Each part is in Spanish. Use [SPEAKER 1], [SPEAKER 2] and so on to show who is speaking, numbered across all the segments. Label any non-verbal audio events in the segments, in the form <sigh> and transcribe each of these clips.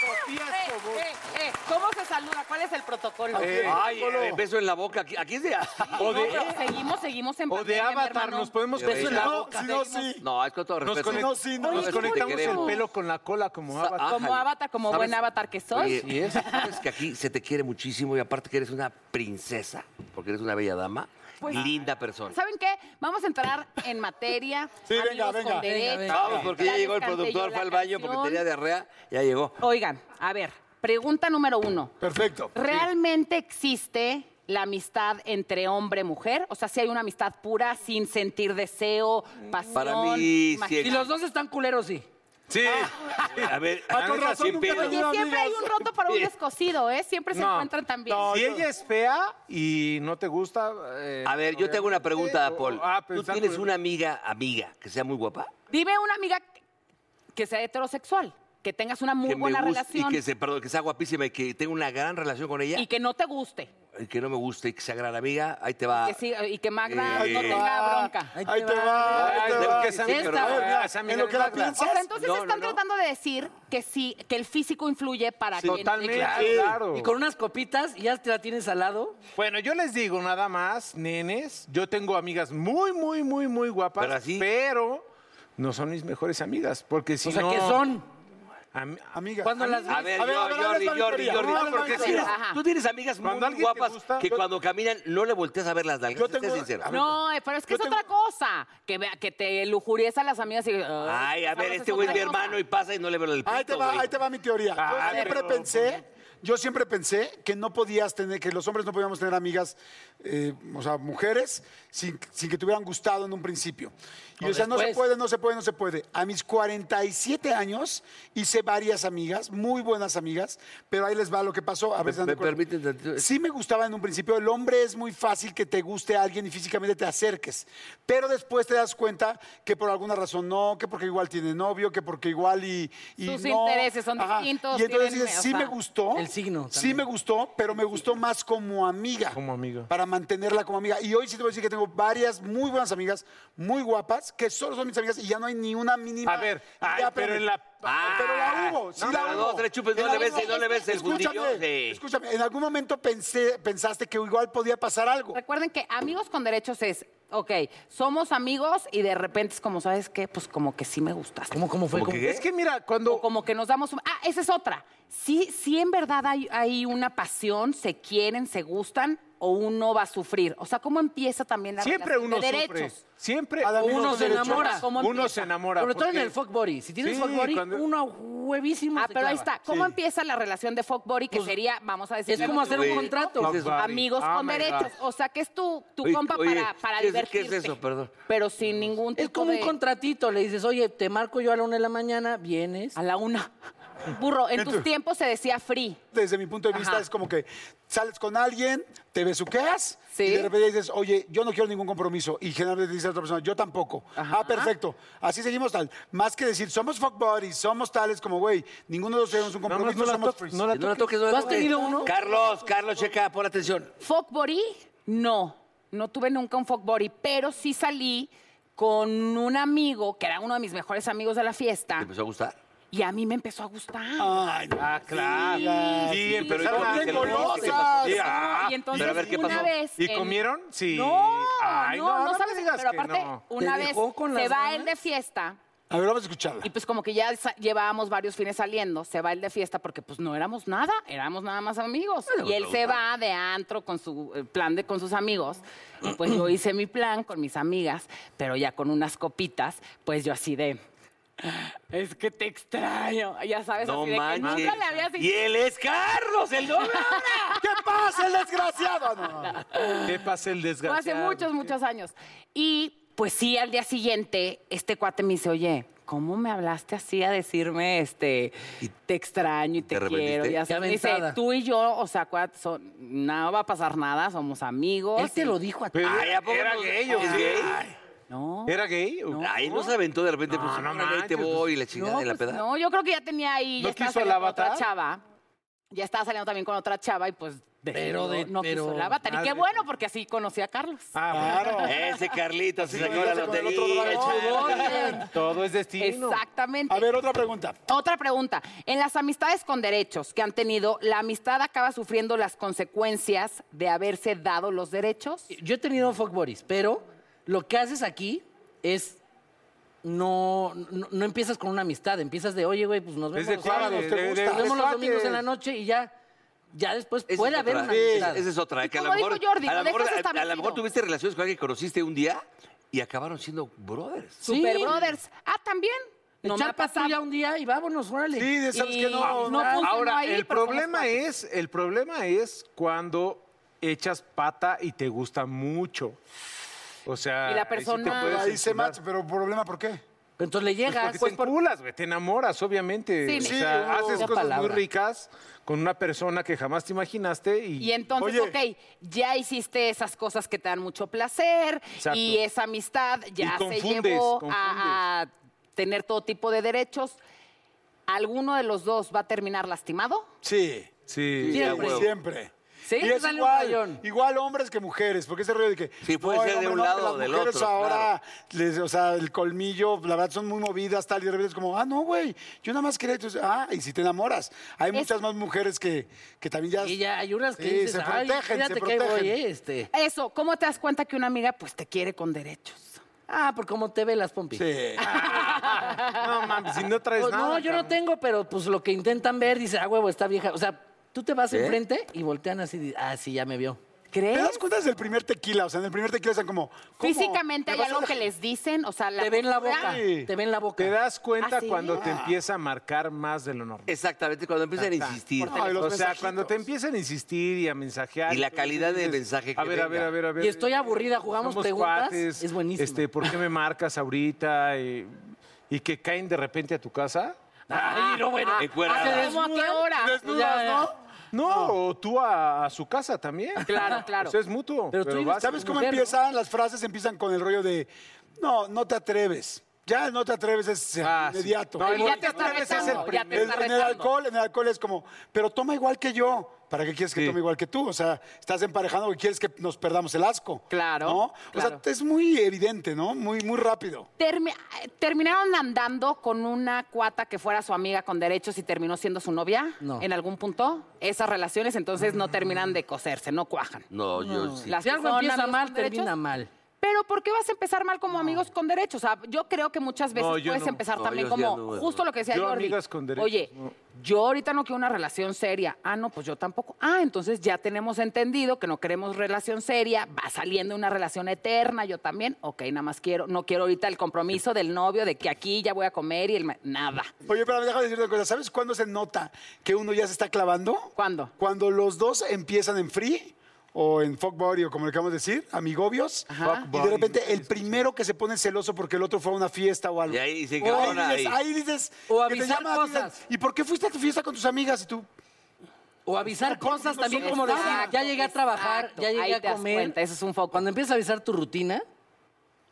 [SPEAKER 1] Sofía Escobosa.
[SPEAKER 2] Eh, eh, ¿Cómo se saluda? ¿Cuál es el protocolo?
[SPEAKER 1] Eh,
[SPEAKER 3] Ay, el beso en la boca. Aquí, aquí es de...
[SPEAKER 1] o de,
[SPEAKER 2] No, pero seguimos, seguimos en
[SPEAKER 1] o de
[SPEAKER 2] pandemia, mi
[SPEAKER 1] Avatar,
[SPEAKER 2] hermano.
[SPEAKER 1] nos podemos
[SPEAKER 3] Pero
[SPEAKER 1] besar en la
[SPEAKER 3] es la
[SPEAKER 4] No,
[SPEAKER 1] boca.
[SPEAKER 4] si no, sí.
[SPEAKER 3] No, es con todo
[SPEAKER 1] Nos,
[SPEAKER 3] respeto.
[SPEAKER 1] conect-
[SPEAKER 4] no, sí, no.
[SPEAKER 1] nos
[SPEAKER 2] Oye, ¿cómo
[SPEAKER 1] conectamos
[SPEAKER 3] te
[SPEAKER 1] el
[SPEAKER 3] queremos?
[SPEAKER 1] pelo con la cola como Avatar.
[SPEAKER 2] Como
[SPEAKER 3] Ájale.
[SPEAKER 2] Avatar, como buen Avatar que soy.
[SPEAKER 3] Oye, sabes que aquí se te quiere muchísimo y aparte que eres una princesa, porque eres una bella dama
[SPEAKER 2] Pues-
[SPEAKER 3] y linda persona.
[SPEAKER 2] ¿Saben qué? Vamos a entrar en materia.
[SPEAKER 4] Sí, venga,
[SPEAKER 2] amigos
[SPEAKER 4] venga.
[SPEAKER 2] con derecho.
[SPEAKER 5] Venga, venga.
[SPEAKER 3] Vamos, porque ya llegó el
[SPEAKER 2] les canté
[SPEAKER 3] productor,
[SPEAKER 2] yo
[SPEAKER 3] fue al
[SPEAKER 2] la
[SPEAKER 3] baño porque
[SPEAKER 2] canción.
[SPEAKER 3] tenía diarrea, ya llegó.
[SPEAKER 2] Oigan, a ver, pregunta número uno.
[SPEAKER 4] Perfecto.
[SPEAKER 2] ¿Realmente existe la amistad entre hombre y mujer? O sea, si hay una amistad pura sin sentir deseo, pasión.
[SPEAKER 3] Para mí,
[SPEAKER 2] imagina-
[SPEAKER 3] sí
[SPEAKER 5] Y los dos están culeros, sí.
[SPEAKER 1] Sí.
[SPEAKER 3] A ver,
[SPEAKER 4] Ah, con
[SPEAKER 3] neta,
[SPEAKER 4] razón,
[SPEAKER 3] sin
[SPEAKER 4] nunca
[SPEAKER 3] pedos.
[SPEAKER 4] tenía-
[SPEAKER 2] Oye, siempre hay un roto para un
[SPEAKER 3] Bien.
[SPEAKER 2] descosido, ¿eh? Siempre se
[SPEAKER 1] No.
[SPEAKER 2] encuentran también.
[SPEAKER 1] si ella es fea y no te gusta. eh,
[SPEAKER 3] A ver, yo te hago una pregunta,
[SPEAKER 1] obviamente,
[SPEAKER 3] Paul.
[SPEAKER 1] o- ah,
[SPEAKER 3] ¿Tú
[SPEAKER 1] pensar
[SPEAKER 3] tienes
[SPEAKER 1] por-
[SPEAKER 3] una amiga, amiga, que sea muy guapa?
[SPEAKER 2] Dime una amiga que sea heterosexual, que tengas una muy
[SPEAKER 3] que
[SPEAKER 2] buena
[SPEAKER 3] me guste y
[SPEAKER 2] relación
[SPEAKER 3] que, se, perdón, que sea guapísima y que tenga una gran relación con ella,
[SPEAKER 2] y que no te guste.
[SPEAKER 3] y que no me guste y que sea gran amiga, ahí te va.
[SPEAKER 2] que sí, y que Magda
[SPEAKER 3] Eh,
[SPEAKER 2] no tenga bronca.
[SPEAKER 4] Ahí te va,
[SPEAKER 1] Ay,
[SPEAKER 4] ahí te
[SPEAKER 1] de-
[SPEAKER 4] va.
[SPEAKER 1] que esa amiga-
[SPEAKER 2] Esta.
[SPEAKER 1] A ver, mira,
[SPEAKER 4] Ah,
[SPEAKER 1] esa
[SPEAKER 4] en
[SPEAKER 1] amiga
[SPEAKER 4] lo
[SPEAKER 1] de
[SPEAKER 4] que la
[SPEAKER 1] Magda.
[SPEAKER 2] O
[SPEAKER 4] piensas.
[SPEAKER 2] sea, entonces
[SPEAKER 3] No, no,
[SPEAKER 2] están
[SPEAKER 3] no.
[SPEAKER 2] tratando de decir que sí, que el físico influye para que
[SPEAKER 1] Totalmente,
[SPEAKER 2] Claro.
[SPEAKER 1] claro.
[SPEAKER 5] Y con unas copitas y ya te la tienes al lado.
[SPEAKER 1] Bueno, yo les digo nada más, nenes, yo tengo amigas muy, muy, muy, muy guapas,
[SPEAKER 3] Pero así-
[SPEAKER 1] pero no son mis mejores amigas, porque si
[SPEAKER 5] o sea,
[SPEAKER 1] no...
[SPEAKER 5] ¿qué son?
[SPEAKER 1] Am-
[SPEAKER 4] Amiga.
[SPEAKER 5] Cuando las-
[SPEAKER 3] A ver,
[SPEAKER 4] A ver,
[SPEAKER 3] yo-
[SPEAKER 4] a ver,
[SPEAKER 3] Jordi,
[SPEAKER 4] háblale para
[SPEAKER 3] Jordi,
[SPEAKER 4] Victoria.
[SPEAKER 3] Jordi,
[SPEAKER 4] No, háblale
[SPEAKER 3] porque
[SPEAKER 4] para
[SPEAKER 3] sí eres-
[SPEAKER 2] Ajá.
[SPEAKER 3] tú tienes amigas muy,
[SPEAKER 1] Cuando
[SPEAKER 3] muy
[SPEAKER 1] alguien te
[SPEAKER 3] guapas
[SPEAKER 1] gusta,
[SPEAKER 3] que
[SPEAKER 1] yo-
[SPEAKER 3] cuando caminan no le volteas a ver las nalgas.
[SPEAKER 4] Yo
[SPEAKER 3] sé
[SPEAKER 4] tengo-
[SPEAKER 3] sincero.
[SPEAKER 4] a ver,
[SPEAKER 2] No, eh, pero es que
[SPEAKER 4] Yo
[SPEAKER 2] es
[SPEAKER 4] tengo-
[SPEAKER 2] otra cosa. Que, vea- que te lujuries a las amigas y.
[SPEAKER 3] Ay, a ver,
[SPEAKER 2] ¿sabes?
[SPEAKER 3] este
[SPEAKER 2] Es
[SPEAKER 3] güey es
[SPEAKER 2] otra
[SPEAKER 3] mi
[SPEAKER 2] cosa.
[SPEAKER 3] hermano y pasa y no le veo el pito,
[SPEAKER 4] Ahí te va,
[SPEAKER 3] güey.
[SPEAKER 4] ahí te va mi teoría.
[SPEAKER 1] Ah,
[SPEAKER 4] yo siempre
[SPEAKER 1] pero-
[SPEAKER 4] pensé, yo siempre pensé que no podías tener, que los hombres no podíamos tener amigas, eh, o sea, mujeres, sin, sin que te hubieran gustado en un principio. Y
[SPEAKER 5] O
[SPEAKER 4] o, sea, no se
[SPEAKER 5] después.
[SPEAKER 4] puede, no se puede, no se puede. A mis 47 años hice varias amigas, muy buenas amigas, pero ahí les va lo que pasó. A ver si dan
[SPEAKER 3] ¿Me
[SPEAKER 4] de acuerdo.
[SPEAKER 3] permiten tantito?
[SPEAKER 4] Sí me gustaba en un principio. El hombre es muy fácil que te guste a alguien y físicamente te acerques. Pero después te das cuenta que por alguna razón no, que porque igual tiene novio, que porque igual y, y
[SPEAKER 2] Sus
[SPEAKER 4] no.
[SPEAKER 2] intereses son distintos,
[SPEAKER 4] Y entonces
[SPEAKER 2] tienen,
[SPEAKER 4] dices,
[SPEAKER 2] o
[SPEAKER 4] sí
[SPEAKER 2] sea,
[SPEAKER 4] me gustó.
[SPEAKER 5] el signo
[SPEAKER 4] Sí
[SPEAKER 5] también.
[SPEAKER 4] me gustó, pero me gustó más como amiga.
[SPEAKER 1] Como amiga.
[SPEAKER 4] Para mantenerla como amiga. Y hoy sí te voy a decir que tengo varias muy buenas amigas, muy guapas, que solo son mis amigas y ya no hay ni una mínima.
[SPEAKER 1] A ver,
[SPEAKER 4] Ya,
[SPEAKER 1] ay, pero
[SPEAKER 4] espérame.
[SPEAKER 1] en la
[SPEAKER 3] Ah,
[SPEAKER 4] pero la hubo, sí
[SPEAKER 3] no,
[SPEAKER 4] la
[SPEAKER 3] pero
[SPEAKER 4] hubo.
[SPEAKER 3] no, tres chupes, no
[SPEAKER 4] En
[SPEAKER 3] le
[SPEAKER 4] algún-
[SPEAKER 3] ves- no le ves el
[SPEAKER 4] Escúchame,
[SPEAKER 3] fundillo, sí.
[SPEAKER 4] Escúchame, en algún momento pensé, pensaste que igual podía pasar algo.
[SPEAKER 2] Recuerden que amigos con derechos es, ok, somos amigos y de repente es como, ¿sabes qué? Pues como que sí me gustas.
[SPEAKER 5] ¿Cómo, cómo fue?
[SPEAKER 3] ¿Cómo
[SPEAKER 5] ¿Cómo?
[SPEAKER 3] qué?
[SPEAKER 6] Es que mira,
[SPEAKER 2] O
[SPEAKER 6] cuando.
[SPEAKER 2] como que nos damos un... Ah, esa es otra. Sí, sí en verdad hay, hay una pasión, se quieren, se gustan o uno va a sufrir. O sea, ¿cómo empieza también la
[SPEAKER 6] Siempre
[SPEAKER 2] relación
[SPEAKER 6] uno
[SPEAKER 2] de
[SPEAKER 6] sufre.
[SPEAKER 2] derechos?
[SPEAKER 6] Siempre
[SPEAKER 4] Al amigo
[SPEAKER 6] uno
[SPEAKER 4] con
[SPEAKER 6] se
[SPEAKER 4] derechos.
[SPEAKER 6] enamora.
[SPEAKER 2] ¿Cómo
[SPEAKER 6] Uno
[SPEAKER 2] empieza?
[SPEAKER 6] se enamora.
[SPEAKER 5] Sobre todo en
[SPEAKER 6] porque-
[SPEAKER 5] el fuck body. Si tienes
[SPEAKER 6] Sí,
[SPEAKER 5] fuck body,
[SPEAKER 6] cuando-
[SPEAKER 5] uno a huevísimo
[SPEAKER 2] Ah,
[SPEAKER 5] se
[SPEAKER 2] pero ahí
[SPEAKER 5] clava.
[SPEAKER 2] está. ¿Cómo empieza la relación de fuck body? Que sería, vamos a decir...
[SPEAKER 5] Es como hacer un
[SPEAKER 3] Güey,
[SPEAKER 5] contrato.
[SPEAKER 3] ¿qué es eso?
[SPEAKER 2] Amigos
[SPEAKER 6] Ah,
[SPEAKER 2] con
[SPEAKER 6] my God.
[SPEAKER 2] derechos. O sea, que es tu, tu
[SPEAKER 3] Oye,
[SPEAKER 2] compa
[SPEAKER 3] oye,
[SPEAKER 2] para, para
[SPEAKER 3] ¿qué es- qué es
[SPEAKER 2] divertirte.
[SPEAKER 3] eso? Perdón.
[SPEAKER 2] Pero sin ningún tipo
[SPEAKER 5] Es como un
[SPEAKER 2] de-
[SPEAKER 5] contratito. Le dices, oye, te marco yo a la una de la mañana, vienes.
[SPEAKER 2] A la una. Burro, en tus tiempos se decía free.
[SPEAKER 4] Desde mi punto de vista
[SPEAKER 2] Ajá.
[SPEAKER 4] es como que sales con alguien, te besuqueas
[SPEAKER 2] Sí.
[SPEAKER 4] y de repente dices, oye, yo no quiero ningún compromiso. Y generalmente dice a otra persona, yo tampoco. Ah, perfecto. Así seguimos tal. Más que decir, somos fuck buddies, somos tales como, güey, ninguno de los tenemos un compromiso,
[SPEAKER 6] no la
[SPEAKER 4] somos
[SPEAKER 6] toques,
[SPEAKER 4] freaks.
[SPEAKER 6] no la
[SPEAKER 3] No la toques, no la
[SPEAKER 5] ¿Tú has
[SPEAKER 3] toques.
[SPEAKER 5] tenido uno?
[SPEAKER 3] Carlos, Carlos, checa, pon atención.
[SPEAKER 2] Fuck body, no. No tuve nunca un fuck body, pero sí salí con un amigo que era uno de mis mejores amigos de la
[SPEAKER 3] ¿Te
[SPEAKER 2] fiesta
[SPEAKER 6] pues.
[SPEAKER 3] empezó a gustar?
[SPEAKER 2] y a mí me empezó a gustar.
[SPEAKER 4] Ay, no.
[SPEAKER 6] Ah, claro.
[SPEAKER 3] Sí,
[SPEAKER 6] pero
[SPEAKER 3] pero
[SPEAKER 4] ¿cómo
[SPEAKER 6] ¿qué
[SPEAKER 4] te
[SPEAKER 6] pasó? ¿Qué
[SPEAKER 4] colocas?
[SPEAKER 6] pasó? Sí, ah,
[SPEAKER 2] y entonces
[SPEAKER 3] pero a ver, ¿qué
[SPEAKER 2] una
[SPEAKER 3] pasó?
[SPEAKER 2] vez
[SPEAKER 6] ¿Y
[SPEAKER 2] en-
[SPEAKER 6] comieron? Sí.
[SPEAKER 2] No,
[SPEAKER 6] Ay,
[SPEAKER 2] no, no,
[SPEAKER 6] me
[SPEAKER 2] sabes,
[SPEAKER 6] digas
[SPEAKER 2] pero
[SPEAKER 6] que
[SPEAKER 2] aparte
[SPEAKER 6] no.
[SPEAKER 2] una
[SPEAKER 5] ¿Te
[SPEAKER 2] vez
[SPEAKER 5] dejó con
[SPEAKER 2] se
[SPEAKER 5] las
[SPEAKER 2] va él
[SPEAKER 5] ganas?
[SPEAKER 2] de fiesta
[SPEAKER 4] A ver, vamos a escucharla.
[SPEAKER 2] Y pues como que ya sa- llevábamos varios fines saliendo, se va él de fiesta porque pues no éramos nada, éramos nada más amigos.
[SPEAKER 3] pues
[SPEAKER 2] y él se va de antro con su eh, plan de con sus amigos. Y pues yo hice mi plan con mis amigas, pero ya con unas copitas, pues yo así de "Ah, es que te extraño, ya sabes,
[SPEAKER 3] No
[SPEAKER 2] así de que
[SPEAKER 3] manches.
[SPEAKER 2] nunca le había
[SPEAKER 3] Y él es Carlos, el doble.
[SPEAKER 4] ¿Qué pasa, el desgraciado? Ah, no.
[SPEAKER 6] ¿Qué pasa el
[SPEAKER 2] Fue
[SPEAKER 6] desgraciado?
[SPEAKER 2] hace muchos, muchos años. Y pues sí, al día siguiente, este cuate me dice, oye, ¿cómo me hablaste así a decirme, este, te extraño y te,
[SPEAKER 3] te
[SPEAKER 2] quiero?
[SPEAKER 3] arrepentiste?
[SPEAKER 2] Ya
[SPEAKER 5] Qué
[SPEAKER 2] sabes, me dice,
[SPEAKER 5] aventada.
[SPEAKER 2] tú y yo, o sea, acuérdate, son- no va a pasar nada, somos amigos.
[SPEAKER 5] Él te
[SPEAKER 2] y-
[SPEAKER 5] lo dijo a ti.
[SPEAKER 6] Pero
[SPEAKER 3] Ay, ¿a poco
[SPEAKER 6] era
[SPEAKER 3] no-
[SPEAKER 6] gay, ¿o
[SPEAKER 3] ¿Es
[SPEAKER 6] qué?
[SPEAKER 3] gay?
[SPEAKER 2] <laughs> No.
[SPEAKER 6] ¿Era gay? ¿O-
[SPEAKER 3] Ay, no se aventó de repente.
[SPEAKER 6] No,
[SPEAKER 3] pues,
[SPEAKER 6] no
[SPEAKER 3] órale, ahí te
[SPEAKER 6] manches,
[SPEAKER 3] voy, y la chingada de la
[SPEAKER 2] pues,
[SPEAKER 3] peda.
[SPEAKER 2] no, yo creo que ya tenía ahí,
[SPEAKER 6] ¿No
[SPEAKER 2] ya estaba
[SPEAKER 6] quiso el
[SPEAKER 2] saliendo con otra
[SPEAKER 6] avatar?
[SPEAKER 2] chava. Ya estaba saliendo también con otra chava y pues
[SPEAKER 5] Pero
[SPEAKER 2] decidió
[SPEAKER 5] de-
[SPEAKER 2] no quiso
[SPEAKER 5] pero-
[SPEAKER 2] el avatar. Y qué
[SPEAKER 6] madre.
[SPEAKER 2] bueno, porque así conocí a Carlos.
[SPEAKER 6] Ah, bueno.
[SPEAKER 3] Ese Carlitos se sacó la
[SPEAKER 4] Ese con el otro
[SPEAKER 3] lotería.
[SPEAKER 4] drag
[SPEAKER 3] chaval.
[SPEAKER 4] show.
[SPEAKER 6] Todo es destino.
[SPEAKER 2] Exactamente.
[SPEAKER 4] A ver, otra pregunta.
[SPEAKER 2] Otra pregunta. En las amistades con derechos que han tenido, ¿la amistad acaba sufriendo las consecuencias de haberse dado los derechos?
[SPEAKER 5] Yo he tenido fuck buddies, pero lo que haces aquí es... No, no, no empiezas con una amidad, empiezas de, oye, güey, pues nos vemos
[SPEAKER 6] Es de
[SPEAKER 5] los
[SPEAKER 6] cuadros,
[SPEAKER 5] sábados,
[SPEAKER 4] te
[SPEAKER 5] nos
[SPEAKER 4] gusta.
[SPEAKER 5] vemos los
[SPEAKER 4] Cuates.
[SPEAKER 5] domingos en la noche y ya, ya después
[SPEAKER 3] Esa
[SPEAKER 5] puede
[SPEAKER 3] es
[SPEAKER 5] haber
[SPEAKER 3] otra.
[SPEAKER 5] una
[SPEAKER 3] Sí,
[SPEAKER 5] amistad.
[SPEAKER 3] Esa es otra. eh,
[SPEAKER 2] Y
[SPEAKER 3] que a lo
[SPEAKER 2] como
[SPEAKER 3] mejor-
[SPEAKER 2] dijo Jordi,
[SPEAKER 3] a lo
[SPEAKER 2] lo dejas
[SPEAKER 3] mejor- a- a
[SPEAKER 2] establecido.
[SPEAKER 3] lo mejor tuviste relaciones con alguien que conociste un día y acabaron siendo brothers.
[SPEAKER 5] Sí.
[SPEAKER 2] Super Brothers. Ah, también. No me ha
[SPEAKER 5] Echar
[SPEAKER 2] pasado.
[SPEAKER 5] patrulla un día y vámonos, órale.
[SPEAKER 4] Sí, de sabes
[SPEAKER 2] Y
[SPEAKER 4] que no.
[SPEAKER 2] no funcionó
[SPEAKER 6] Ahora,
[SPEAKER 2] ahí,
[SPEAKER 6] el
[SPEAKER 2] pero somos
[SPEAKER 6] problema
[SPEAKER 2] cuates.
[SPEAKER 6] es, el problema es cuando echas pata y te gusta mucho. O sea,
[SPEAKER 2] Y
[SPEAKER 6] ahí sí
[SPEAKER 2] la
[SPEAKER 6] te
[SPEAKER 2] persona-
[SPEAKER 6] puedes
[SPEAKER 4] Ahí se
[SPEAKER 6] encular.
[SPEAKER 4] match, pero problema, ¿por qué?
[SPEAKER 5] Entonces le llegas.
[SPEAKER 6] Porque te enculas, güey, te enamoras, obviamente.
[SPEAKER 2] Sí,
[SPEAKER 6] o
[SPEAKER 2] sí,
[SPEAKER 6] sea,
[SPEAKER 4] uno-
[SPEAKER 6] haces
[SPEAKER 5] Esa
[SPEAKER 6] cosas muy
[SPEAKER 5] uh, palabra.
[SPEAKER 6] ricas con una persona que jamás te imaginaste y...
[SPEAKER 2] Y
[SPEAKER 4] Oye.
[SPEAKER 2] entonces, ok, ya hiciste esas cosas que te dan mucho placer
[SPEAKER 6] Exacto.
[SPEAKER 2] y esa amistad ya
[SPEAKER 6] Y
[SPEAKER 2] se
[SPEAKER 6] confundes,
[SPEAKER 2] llevó
[SPEAKER 6] confundes.
[SPEAKER 2] a, a tener todo tipo de derechos. ¿Alguno de los dos va a terminar lastimado?
[SPEAKER 4] Sí.
[SPEAKER 6] Sí.
[SPEAKER 5] <laughs>
[SPEAKER 3] Sí, a
[SPEAKER 4] Siempre.
[SPEAKER 3] huevo.
[SPEAKER 4] Siempre.
[SPEAKER 5] Sí,
[SPEAKER 4] y es
[SPEAKER 5] sale un
[SPEAKER 4] igual,
[SPEAKER 5] rayón.
[SPEAKER 4] igual hombres que mujeres, porque ese rollo de que...
[SPEAKER 3] Sí, puede
[SPEAKER 4] el
[SPEAKER 3] ser de
[SPEAKER 4] hombre
[SPEAKER 3] un
[SPEAKER 4] no,
[SPEAKER 3] lado
[SPEAKER 4] las
[SPEAKER 3] o del
[SPEAKER 4] mujeres
[SPEAKER 3] otro,
[SPEAKER 4] ahora, les- o sea, el colmillo, la verdad, son muy movidas, tal, y de repente es como, ah, no, güey, yo nada más quería... Entonces, ah, y si te enamoras. Hay muchas más mujeres que, que también ya...
[SPEAKER 5] Y ya hay unas que
[SPEAKER 4] Sí,
[SPEAKER 5] dices,
[SPEAKER 4] se
[SPEAKER 5] ay,
[SPEAKER 4] protegen,
[SPEAKER 5] fíjate
[SPEAKER 4] se
[SPEAKER 5] que ahí voy,
[SPEAKER 4] protegen.
[SPEAKER 5] eh, este.
[SPEAKER 2] Eso, ¿cómo te das cuenta que una amiga pues te quiere con derechos?
[SPEAKER 5] Ah, por cómo te ve las pompis.
[SPEAKER 4] Sí.
[SPEAKER 6] No, mames, si no traes
[SPEAKER 5] Pues,
[SPEAKER 6] nada.
[SPEAKER 5] no, yo no
[SPEAKER 6] cabrón.
[SPEAKER 5] tengo, pero pues lo que intentan ver, dice, ah, huevo, está vieja. O sea, tú te vas
[SPEAKER 3] ¿Eh?
[SPEAKER 5] enfrente y voltean así, di- ah, sí, ya me vio.
[SPEAKER 4] ¿Te
[SPEAKER 2] ¿Crees?
[SPEAKER 4] das cuenta desde el primer tequila? O sea, en el primer tequila están como... ¿cómo?
[SPEAKER 2] Físicamente
[SPEAKER 4] ¿Me
[SPEAKER 2] hay
[SPEAKER 4] vas a
[SPEAKER 2] algo que
[SPEAKER 4] dejar?
[SPEAKER 2] les dicen, o sea, la
[SPEAKER 5] Te ven la
[SPEAKER 2] postura.
[SPEAKER 5] boca,
[SPEAKER 4] Sí.
[SPEAKER 5] te ven la boca.
[SPEAKER 6] Te das cuenta
[SPEAKER 2] ¿Ah, sí?
[SPEAKER 6] cuando te empieza a marcar más de lo normal.
[SPEAKER 5] Eh,
[SPEAKER 3] Exactamente, cuando empiezan a insistir.
[SPEAKER 4] Ay, los
[SPEAKER 6] o sea,
[SPEAKER 4] mensajitos.
[SPEAKER 6] cuando te empiezan a insistir y a mensajear.
[SPEAKER 3] Y la calidad de
[SPEAKER 6] dices,
[SPEAKER 3] mensaje que
[SPEAKER 6] A ver, a ver,
[SPEAKER 3] venga.
[SPEAKER 6] a ver, a ver.
[SPEAKER 5] Y estoy aburrida, jugamos
[SPEAKER 6] somos
[SPEAKER 5] preguntas,
[SPEAKER 6] cuates,
[SPEAKER 5] es buenísimo.
[SPEAKER 6] Este, ¿por qué me marcas ahorita? Y, y que caen de repente a tu casa.
[SPEAKER 5] Ay, no, bueno.
[SPEAKER 3] Encuerada.
[SPEAKER 5] Ah, te
[SPEAKER 2] ¿Cómo a qué
[SPEAKER 5] desnudan.
[SPEAKER 2] hora?
[SPEAKER 5] Ya, ya.
[SPEAKER 6] No, o tú a, a su casa también.
[SPEAKER 2] Claro, claro.
[SPEAKER 6] O sea, es mutuo.
[SPEAKER 5] Pero tú
[SPEAKER 6] pero
[SPEAKER 5] dices,
[SPEAKER 6] vas-
[SPEAKER 4] ¿Sabes cómo
[SPEAKER 5] mujer, ¿no?
[SPEAKER 4] empiezan? Las frases empiezan con el rollo de, no, no te atreves. Ya no te atreves, es eh,
[SPEAKER 6] Ah, sí.
[SPEAKER 4] inmediato.
[SPEAKER 6] No, el
[SPEAKER 2] Él ya
[SPEAKER 6] no
[SPEAKER 2] te está
[SPEAKER 6] atreves, es el
[SPEAKER 2] retando, ya te
[SPEAKER 4] El-
[SPEAKER 2] está
[SPEAKER 4] en
[SPEAKER 2] retando.
[SPEAKER 4] el alcohol, en el alcohol es como, pero toma igual que yo. ¿Para qué quieres que
[SPEAKER 6] Sí.
[SPEAKER 4] tome igual que tú? O sea, estás emparejando y quieres que nos perdamos el asco.
[SPEAKER 2] Claro,
[SPEAKER 4] ¿no?
[SPEAKER 2] claro.
[SPEAKER 4] O sea, es muy evidente, ¿no? Muy, muy rápido.
[SPEAKER 2] Termi- eh, terminaron andando con una cuata que fuera su amiga con derechos y terminó siendo su novia
[SPEAKER 5] No.
[SPEAKER 2] en algún punto. Esas relaciones entonces no terminan de coserse, no cuajan.
[SPEAKER 3] No, yo sí.
[SPEAKER 2] Las
[SPEAKER 5] Si
[SPEAKER 2] que
[SPEAKER 5] algo
[SPEAKER 2] son
[SPEAKER 5] empieza
[SPEAKER 2] amigos
[SPEAKER 5] mal,
[SPEAKER 2] con derechos,
[SPEAKER 5] termina mal.
[SPEAKER 2] Pero ¿por qué vas a empezar mal como amigos con derechos? O sea, yo creo que muchas veces
[SPEAKER 6] No, yo
[SPEAKER 2] puedes
[SPEAKER 6] no.
[SPEAKER 2] empezar
[SPEAKER 3] No,
[SPEAKER 2] también
[SPEAKER 3] yo sí
[SPEAKER 2] como
[SPEAKER 3] anduve,
[SPEAKER 2] justo
[SPEAKER 3] no.
[SPEAKER 2] lo que decía
[SPEAKER 6] Yo
[SPEAKER 2] Jordi.
[SPEAKER 6] amigas con derechos,
[SPEAKER 2] Oye,
[SPEAKER 6] no.
[SPEAKER 2] yo ahorita no quiero una relación seria. Ah, no, pues yo tampoco. Ah, entonces ya tenemos entendido que no queremos relación seria, va saliendo una relación eterna, yo también. Ok, nada más quiero, no quiero ahorita el compromiso del novio de que aquí ya voy a comer y el ma- nada.
[SPEAKER 4] Oye, pero déjame decirte una cosa. ¿Sabes cuándo se nota que uno ya se está clavando?
[SPEAKER 2] ¿Cuándo?
[SPEAKER 4] Cuando los dos empiezan en free o en fuck buddy o como le queramos decir, amigobios.
[SPEAKER 2] Ajá.
[SPEAKER 4] Y de repente el primero que se pone celoso porque el otro fue a una fiesta o algo.
[SPEAKER 3] Y ahí se
[SPEAKER 4] ahí,
[SPEAKER 3] encabrona
[SPEAKER 4] dices,
[SPEAKER 3] ahí.
[SPEAKER 4] ahí dices...
[SPEAKER 5] O
[SPEAKER 4] que te
[SPEAKER 5] avisar
[SPEAKER 4] llaman, dicen,
[SPEAKER 5] cosas.
[SPEAKER 4] ¿Y por qué fuiste a tu fiesta con tus amigas? Y tú,
[SPEAKER 5] O avisar cosas también como decir,
[SPEAKER 2] Exacto,
[SPEAKER 5] ya llegué a trabajar,
[SPEAKER 2] exacto.
[SPEAKER 5] ya llegué
[SPEAKER 2] Ahí
[SPEAKER 5] a
[SPEAKER 2] te das
[SPEAKER 5] comer.
[SPEAKER 2] cuenta, ese es un foco.
[SPEAKER 5] Cuando empiezas a avisar tu rutina,